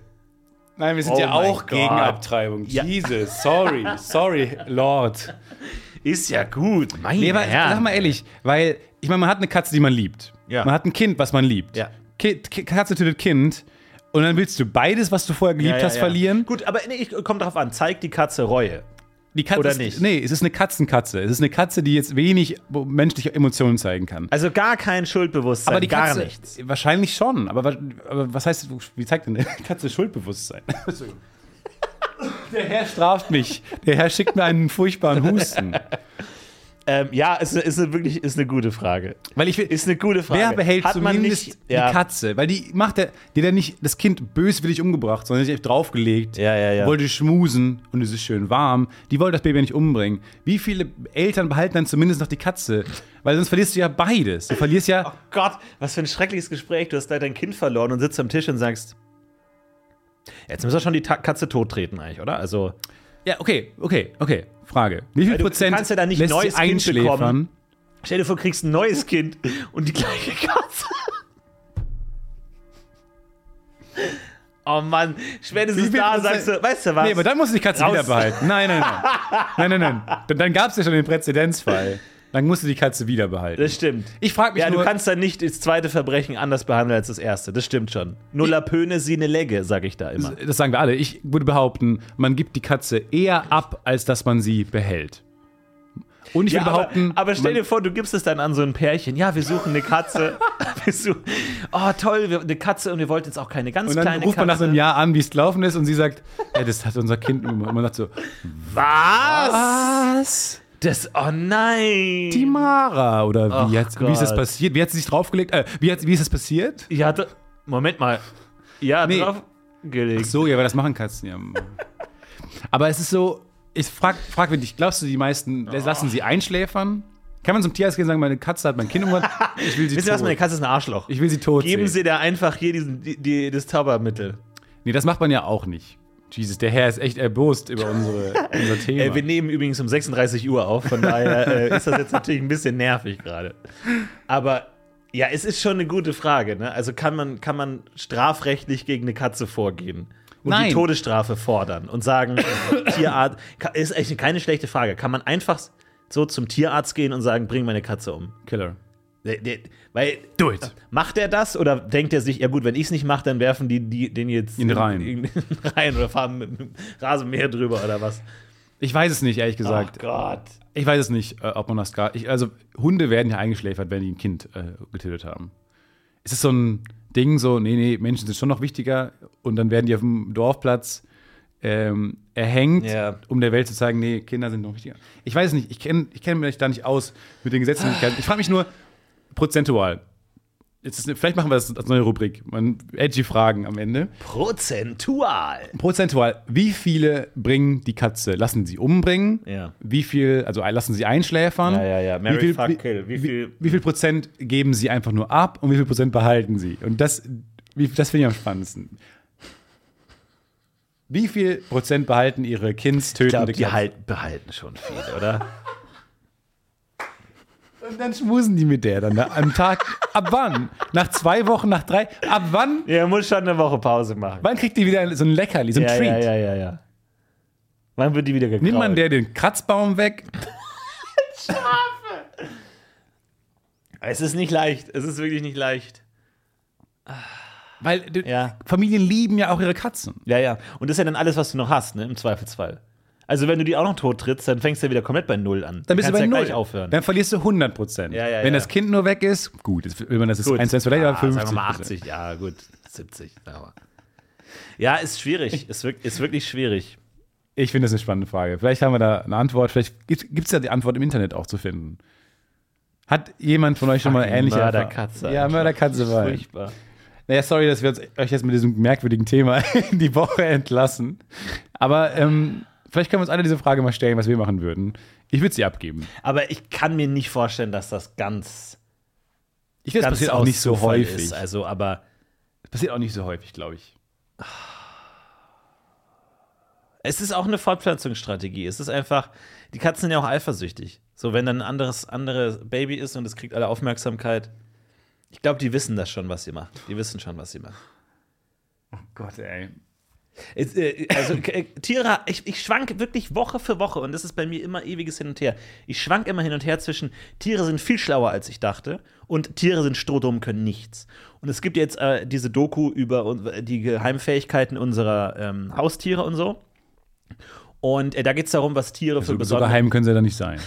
D: Nein, wir sind
C: Oh
D: ja
C: mein
D: auch
C: Gott.
D: gegen Abtreibung.
C: Ja.
D: Jesus, sorry, sorry, Lord.
C: Ist ja gut. Mein
D: Nee, aber
C: Herr.
D: sag mal ehrlich, weil ich meine, man hat eine Katze, die man liebt.
C: Ja.
D: Man hat ein Kind, was man liebt.
C: Ja.
D: Ki- Ki- Katze tötet Kind und dann willst du beides, was du vorher geliebt
C: Ja, ja,
D: hast,
C: ja.
D: verlieren.
C: Gut, aber nee, ich komme drauf an. Zeigt die Katze Reue?
D: Die Katze
C: Oder
D: ist,
C: nicht?
D: Nee, es ist eine Katzenkatze. Es ist eine Katze, die jetzt wenig bo- menschliche Emotionen zeigen kann.
C: Also gar kein Schuldbewusstsein,
D: aber die
C: gar
D: Katze,
C: nichts.
D: Wahrscheinlich schon. Aber, wa- aber was heißt, wie zeigt denn eine *laughs* Katze Schuldbewusstsein? Entschuldigung. Der Herr straft mich. Der Herr schickt mir einen furchtbaren Husten.
C: Ähm, ja, ist, ist eine wirklich ist eine gute Frage.
D: Weil ich will,
C: Ist eine gute Frage.
D: wer behält
C: Hat man
D: zumindest
C: nicht,
D: die
C: ja.
D: Katze? Weil die macht der, die hat ja nicht das Kind böswillig umgebracht, sondern sich draufgelegt,
C: Ja, ja, ja.
D: wollte schmusen und es ist schön warm. Die wollte das Baby nicht umbringen. Wie viele Eltern behalten dann zumindest noch die Katze? Weil sonst verlierst du ja beides. Du verlierst ja.
C: Gott, was für ein schreckliches Gespräch. Du hast leider dein Kind verloren und sitzt am Tisch und sagst, jetzt müssen wir schon die Ta Katze tottreten eigentlich, oder? Also,
D: Ja, okay, okay, okay. Frage. Wie viel
C: du
D: Prozent
C: kannst ja da nicht
D: lässt
C: neues
D: sie
C: Kind
D: einschläfern?
C: bekommen. stell dir vor, du kriegst ein neues Kind und die gleiche Katze. Oh Mann, spätestens
D: viel
C: da
D: Prozent-
C: sagst du, weißt du was?
D: Nee, aber dann muss die Katze
C: Raus.
D: wieder behalten. Nein, nein, nein.
C: *laughs*
D: nein, nein, nein. Dann, dann gab es ja schon den Präzedenzfall. Dann musst du die Katze wieder behalten.
C: das stimmt.
D: ich frage mich
C: Ja,
D: nur,
C: du kannst dann nicht das zweite Verbrechen anders behandeln als das erste. Das stimmt schon. Nulla Pöne, sine Legge, sag ich da immer.
D: äh, das sagen wir alle, ich würde behaupten, man gibt die Katze eher ab, als dass man sie behält. Und ich
C: Ja,
D: würde
C: aber,
D: behaupten,
C: aber stell dir
D: man,
C: vor, du gibst es dann an so ein Pärchen. Ja, wir suchen eine
D: *laughs*
C: Katze. wir suchen, oh, toll, wir, eine Katze und wir wollten jetzt auch keine ganz
D: und dann
C: kleine
D: ruft man nach
C: Katze.
D: einem Jahr an, wie es gelaufen ist, und sie sagt, ja, das hat unser Kind gemacht. Und man sagt so,
C: Was?
D: was?
C: Das, oh nein.
D: Die Mara oder wie,
C: Ach
D: hat, wie ist das
C: Gott.
D: passiert? Wie hat sie sich draufgelegt? Äh, wie, hat, wie ist das passiert?
C: ja, da, Moment mal. Ja,
D: Nee.
C: draufgelegt.
D: So, ja, weil das machen Katzen ja. Aber es ist so, ich frag, frag mich, glaubst du, die
C: Oh.
D: meisten lassen sie einschläfern? Kann man zum Tierarzt gehen und sagen, meine Katze hat mein Kind umgebracht? Ich will sie
C: Wisst ihr was,
D: tot.
C: meine Katze ist ein Arschloch.
D: Ich will sie tot
C: Geben
D: sehen.
C: Sie da einfach hier diesen, die, die, das Zaubermittel.
D: Nee, das macht man ja auch nicht. Jesus, der Herr ist echt erbost über unsere, unser Thema.
C: Äh, wir nehmen übrigens um 36 Uhr auf, von daher
D: *laughs*
C: äh, ist das jetzt natürlich ein bisschen nervig gerade. Aber ja, es ist schon eine gute Frage. Ne? Also kann man, kann man strafrechtlich gegen eine Katze vorgehen und die
D: Nein.
C: Todesstrafe fordern und
D: *laughs*
C: sagen, Tierarzt, Ka- ist echt keine schlechte Frage. Kann man einfach so zum Tierarzt gehen und sagen, bring meine Katze um?
D: Killer.
C: Der, der, weil,
D: Do it.
C: macht er das oder denkt er sich, ja gut, wenn ich es nicht mache, dann werfen die, die den jetzt
D: In den Rhein.
C: in den Rhein oder fahren mit dem Rasenmäher drüber oder was?
D: Ich weiß es nicht, ehrlich
C: Oh
D: gesagt.
C: Gott.
D: ich weiß es nicht, äh, ob man das gar. Ich, also, Hunde werden ja eingeschläfert, wenn die ein Kind äh, getötet haben. Es ist so ein Ding, so, nee, nee, Menschen sind schon noch wichtiger und dann werden die auf dem Dorfplatz ähm, erhängt,
C: Ja.
D: um der Welt zu zeigen, nee, Kinder sind noch wichtiger. Ich weiß es nicht, ich kenne ich kenn mich da nicht aus mit den Gesetzmäßigkeiten. Ich frage mich nur, prozentual. Jetzt ist, vielleicht machen wir das als neue Rubrik. Man, edgy Fragen am Ende.
C: Prozentual.
D: Prozentual, wie viele bringen die Katze? Lassen sie umbringen?
C: Ja.
D: Wie viel, also lassen sie einschläfern?
C: Ja, ja, ja. Mary
D: wie viel,
C: fuck,
D: wie,
C: kill. Wie
D: Wie,
C: viel-
D: viel, wie viel Prozent geben sie einfach nur ab und wie viel Prozent behalten sie? Und das, wie, das finde ich am spannendsten. Wie viel Prozent behalten ihre
C: Ich
D: kindstötende
C: glaube, die
D: Katze?
C: halt, behalten schon viel, oder?
D: Und dann schmusen die mit der dann da am Tag. ab wann? Nach zwei Wochen, nach drei? Ab wann?
C: *laughs* ja, muss schon eine Woche Pause machen.
D: Wann kriegt die wieder so ein Leckerli, so ein
C: Ja,
D: Treat?
C: ja, ja, ja, ja. Wann wird die wieder geklaut?
D: Nimmt man der den Kratzbaum weg?
C: Es ist nicht leicht. Es ist wirklich nicht leicht.
D: Weil die-
C: Ja.
D: Familien lieben ja auch ihre Katzen.
C: Ja, ja. Und das ist ja dann alles, was du noch hast, ne? Im Zweifelsfall. Also, wenn du die auch noch tot trittst, dann fängst du ja wieder komplett bei Null an.
D: Dann bist
C: kannst
D: du bei
C: ja
D: null.
C: gleich aufhören.
D: Dann verlierst du 100 Prozent.
C: Ja, ja,
D: Wenn
C: ja.
D: das Kind nur weg ist, gut, jetzt will man das ist
C: Gut.
D: 1 zu 1 vielleicht, aber
C: Ah,
D: 50.
C: Sagen wir mal 80, ja, gut. 70, sagen wir. Ja, ist schwierig. Ist, wirk ist wirklich schwierig.
D: Ich finde das eine spannende Frage. Vielleicht haben wir da eine Antwort. Vielleicht gibt es ja die Antwort im Internet auch zu finden. Hat jemand von euch schon mal
C: Fucking
D: ähnliche Erfahrungen-
C: Mörderkatze
D: Ja,
C: einfach.
D: Mörderkatze war. ich.
C: Furchtbar.
D: Naja, sorry, dass wir uns- euch jetzt mit diesem merkwürdigen Thema *laughs* in die Woche entlassen. Aber ähm, vielleicht können wir uns alle diese Frage mal stellen, was wir machen würden. Ich würde sie abgeben.
C: Aber ich kann mir nicht vorstellen, dass das ganz,
D: Ich glaube, das
C: ganz
D: passiert auch
C: aus
D: nicht so
C: Zufall
D: häufig.
C: Ist. Also, aber
D: passiert auch nicht so häufig, glaube ich.
C: es ist auch eine Fortpflanzungsstrategie. Es ist einfach, die Katzen sind ja auch eifersüchtig. So, wenn dann ein anderes, anderes Baby ist und es kriegt alle Aufmerksamkeit. Ich glaube, die wissen das schon, was sie macht. Die wissen schon, was sie macht.
D: Gott, ey.
C: Es, äh, Also äh, Tiere, ich, ich schwank wirklich Woche für Woche und das ist bei mir immer ewiges Hin und Her. Ich schwank immer hin und her zwischen Tiere sind viel schlauer als ich dachte und Tiere sind strohdumm, können nichts. Und es gibt jetzt äh, diese Doku über un- die Geheimfähigkeiten unserer ähm, Haustiere und so. Und äh, da geht es darum, was Tiere für
D: So, so
C: besondere
D: geheim können sie da nicht sein.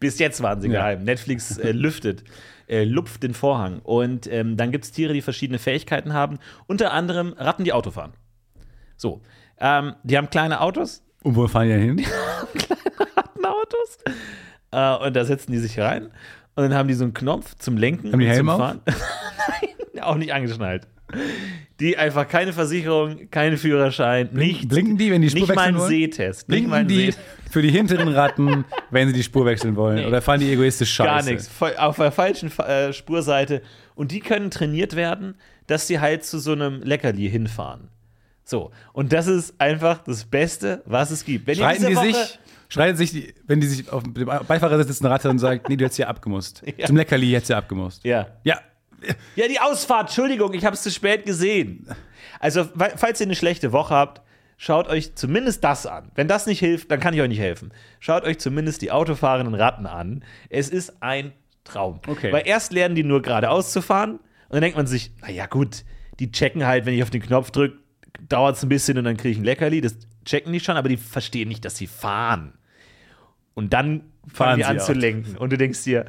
C: bis jetzt waren sie
D: Ja.
C: geheim. Netflix
D: *laughs*
C: äh, lüftet, äh, lupft den Vorhang. Und ähm, dann gibt es Tiere, die verschiedene Fähigkeiten haben. Unter anderem Ratten, die Auto fahren. So. Ähm, die haben kleine Autos,
D: Und wo fahren die denn hin?
C: Autos. Äh, und da setzen die sich rein. Und dann haben die so einen Knopf zum Lenken.
D: Haben die
C: und zum
D: Helme auf?
C: *laughs* Nein, auch nicht angeschnallt. Die einfach keine Versicherung, keinen Führerschein, nichts.
D: Blinken die, wenn die Spur
C: Nicht mal
D: wechseln
C: einen
D: wollen?
C: Sehtest.
D: Blinken
C: nicht mal einen
D: die
C: Sehtest.
D: für die hinteren Ratten, wenn sie die Spur wechseln wollen? Oder fahren die egoistisch scheiße?
C: Gar nichts. Voll- Auf der falschen äh, Spurseite. Und die können trainiert werden, dass sie halt zu so einem Leckerli hinfahren. So. Und das ist einfach das Beste, was es gibt. Wenn ihr
D: Streiten die
C: diese Woche-
D: sich, streiten sich, die, wenn die sich auf dem Beifahrersitz sitzen, eine Ratte und sagt, nee, du hättest hier abgemusst. Zum Leckerli hättest du hier abgemusst.
C: Ja.
D: Ja.
C: Ja, die Ausfahrt. Entschuldigung, ich habe es zu spät gesehen. Also, fa- falls ihr eine schlechte Woche habt, schaut euch zumindest das an. Wenn das nicht hilft, dann kann ich euch nicht helfen. Schaut euch zumindest die autofahrenden Ratten an. Es ist ein Traum.
D: Okay.
C: Weil erst lernen die nur geradeaus zu fahren und dann denkt man sich, naja, gut, die checken halt, wenn ich auf den Knopf drücke, dauert es ein bisschen und dann kriege ich ein Leckerli. Das checken die schon, aber die verstehen nicht, dass sie fahren. Und dann fangen
D: Fahren
C: die
D: sie
C: an
D: auch.
C: zu lenken. Und du denkst dir,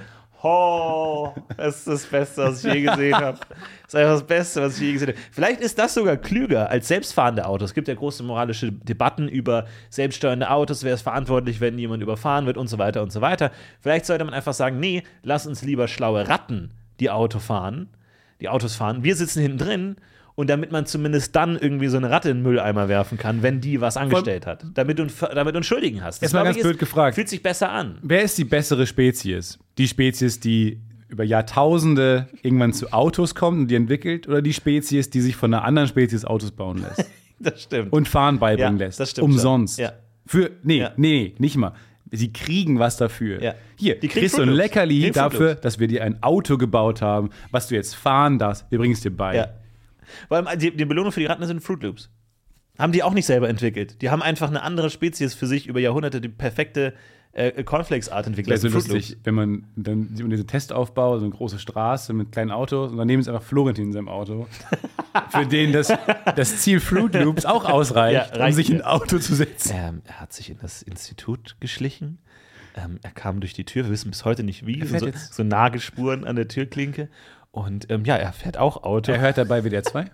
C: oh, das ist das Beste, was ich je gesehen habe. Das ist einfach das Beste, was ich je gesehen habe. Vielleicht ist das sogar klüger als selbstfahrende Autos. Es gibt ja große moralische Debatten über selbststeuernde Autos. Wer ist verantwortlich, wenn jemand überfahren wird und so weiter und so weiter. Vielleicht sollte man einfach sagen, nee, lass uns lieber schlaue Ratten die Auto fahren, die Autos fahren. Wir sitzen hinten drin. Und damit man zumindest dann irgendwie so eine Ratte in den Mülleimer werfen kann, wenn die was angestellt hat. Damit du, damit du einen Schuldigen hast. Das,
D: Jetzt mal
C: glaub
D: ganz
C: ich,
D: blöd gefragt.
C: Fühlt sich besser an.
D: Wer ist die bessere Spezies? Die Spezies, die über Jahrtausende irgendwann zu Autos kommt und die entwickelt, oder die Spezies, die sich von einer anderen Spezies Autos bauen lässt?
C: *laughs* Das stimmt.
D: und Fahren beibringen
C: Ja,
D: lässt.
C: das stimmt
D: Umsonst.
C: schon. Ja.
D: Für, nee,
C: Ja.
D: nee, nee, nicht mal. Sie kriegen was dafür.
C: Ja.
D: Hier,
C: Die kriegen
D: kriegst du ein
C: Fruit Loops. Die
D: Leckerli
C: kriegen Fruit
D: dafür,
C: Loops.
D: dass wir dir ein Auto gebaut haben, was du jetzt fahren darfst. Wir bringen es dir bei.
C: ja. Weil die, die Belohnung für die Ratten sind Fruit Loops. Haben die auch nicht selber entwickelt. Die haben einfach eine andere Spezies für sich über Jahrhunderte die perfekte äh, Cornflakes-Art entwickelt.
D: Wäre so
C: als Fruit
D: lustig, wenn man dann sieht man diesen Testaufbau, so eine große Straße mit kleinen Autos und daneben ist einfach Florentin in
C: *laughs*
D: seinem Auto, für den das, das Ziel Fruit Loops auch ausreicht,
C: Ja,
D: um
C: reicht
D: sich in
C: mir.
D: ein Auto zu setzen.
C: Ähm, er hat sich in das Institut geschlichen. Ähm, er kam durch die Tür. Wir wissen bis heute nicht wie.
D: Er fährt
C: So,
D: jetzt.
C: so Nagelspuren an der Türklinke. Und ähm, ja, er fährt auch Auto.
D: Er hört dabei WDR 2,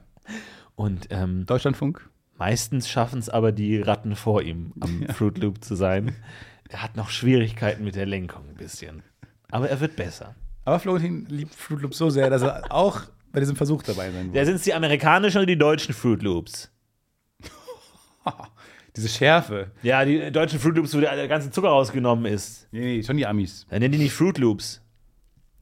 C: Und ähm,
D: Deutschlandfunk.
C: meistens schaffen es aber die Ratten vor ihm, am Fruit Loop zu sein. Er hat noch Schwierigkeiten mit der Lenkung ein bisschen. Aber er wird besser.
D: Aber Florentin liebt Fruit Loops so sehr, dass er auch bei diesem Versuch dabei sein
C: Ja,
D: will.
C: sind es die amerikanischen oder die deutschen Fruit Loops?
D: Diese Schärfe.
C: Ja, die äh, deutschen Fruit Loops, wo der der ganze Zucker rausgenommen ist.
D: Nee, nee, schon die Amis.
C: Da nennen die nicht Fruit Loops.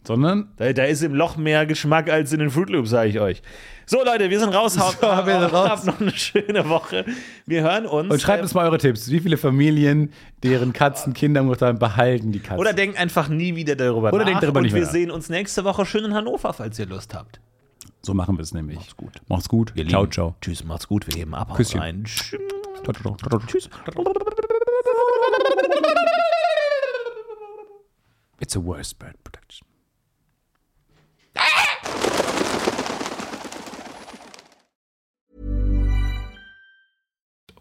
D: Sondern.
C: Da, da ist im Loch mehr Geschmack als in den Fruit Loops, sage ich euch. So, Leute, wir sind raus. Haut-
D: So, wir sind raus.
C: Habt noch eine schöne Woche. Wir hören uns.
D: Und schreibt
C: äh,
D: uns mal eure Tipps. Wie viele Familien, deren Katzen Kinder im Griff haben, behalten die Katzen?
C: Oder denkt einfach nie wieder darüber
D: Oder
C: nach.
D: denkt darüber
C: und
D: nicht
C: wir
D: mehr nach.
C: sehen uns nächste Woche schön in Hannover, falls ihr Lust habt.
D: so machen wir es nämlich. Macht's gut. Macht's gut. Ciao, ciao.
C: Tschüss, macht's gut. Wir heben ab. haut
D: Küsschen.
C: rein. Tschüss.
D: ciao, ciao, ciao. Tschüss. It's a worst bird production.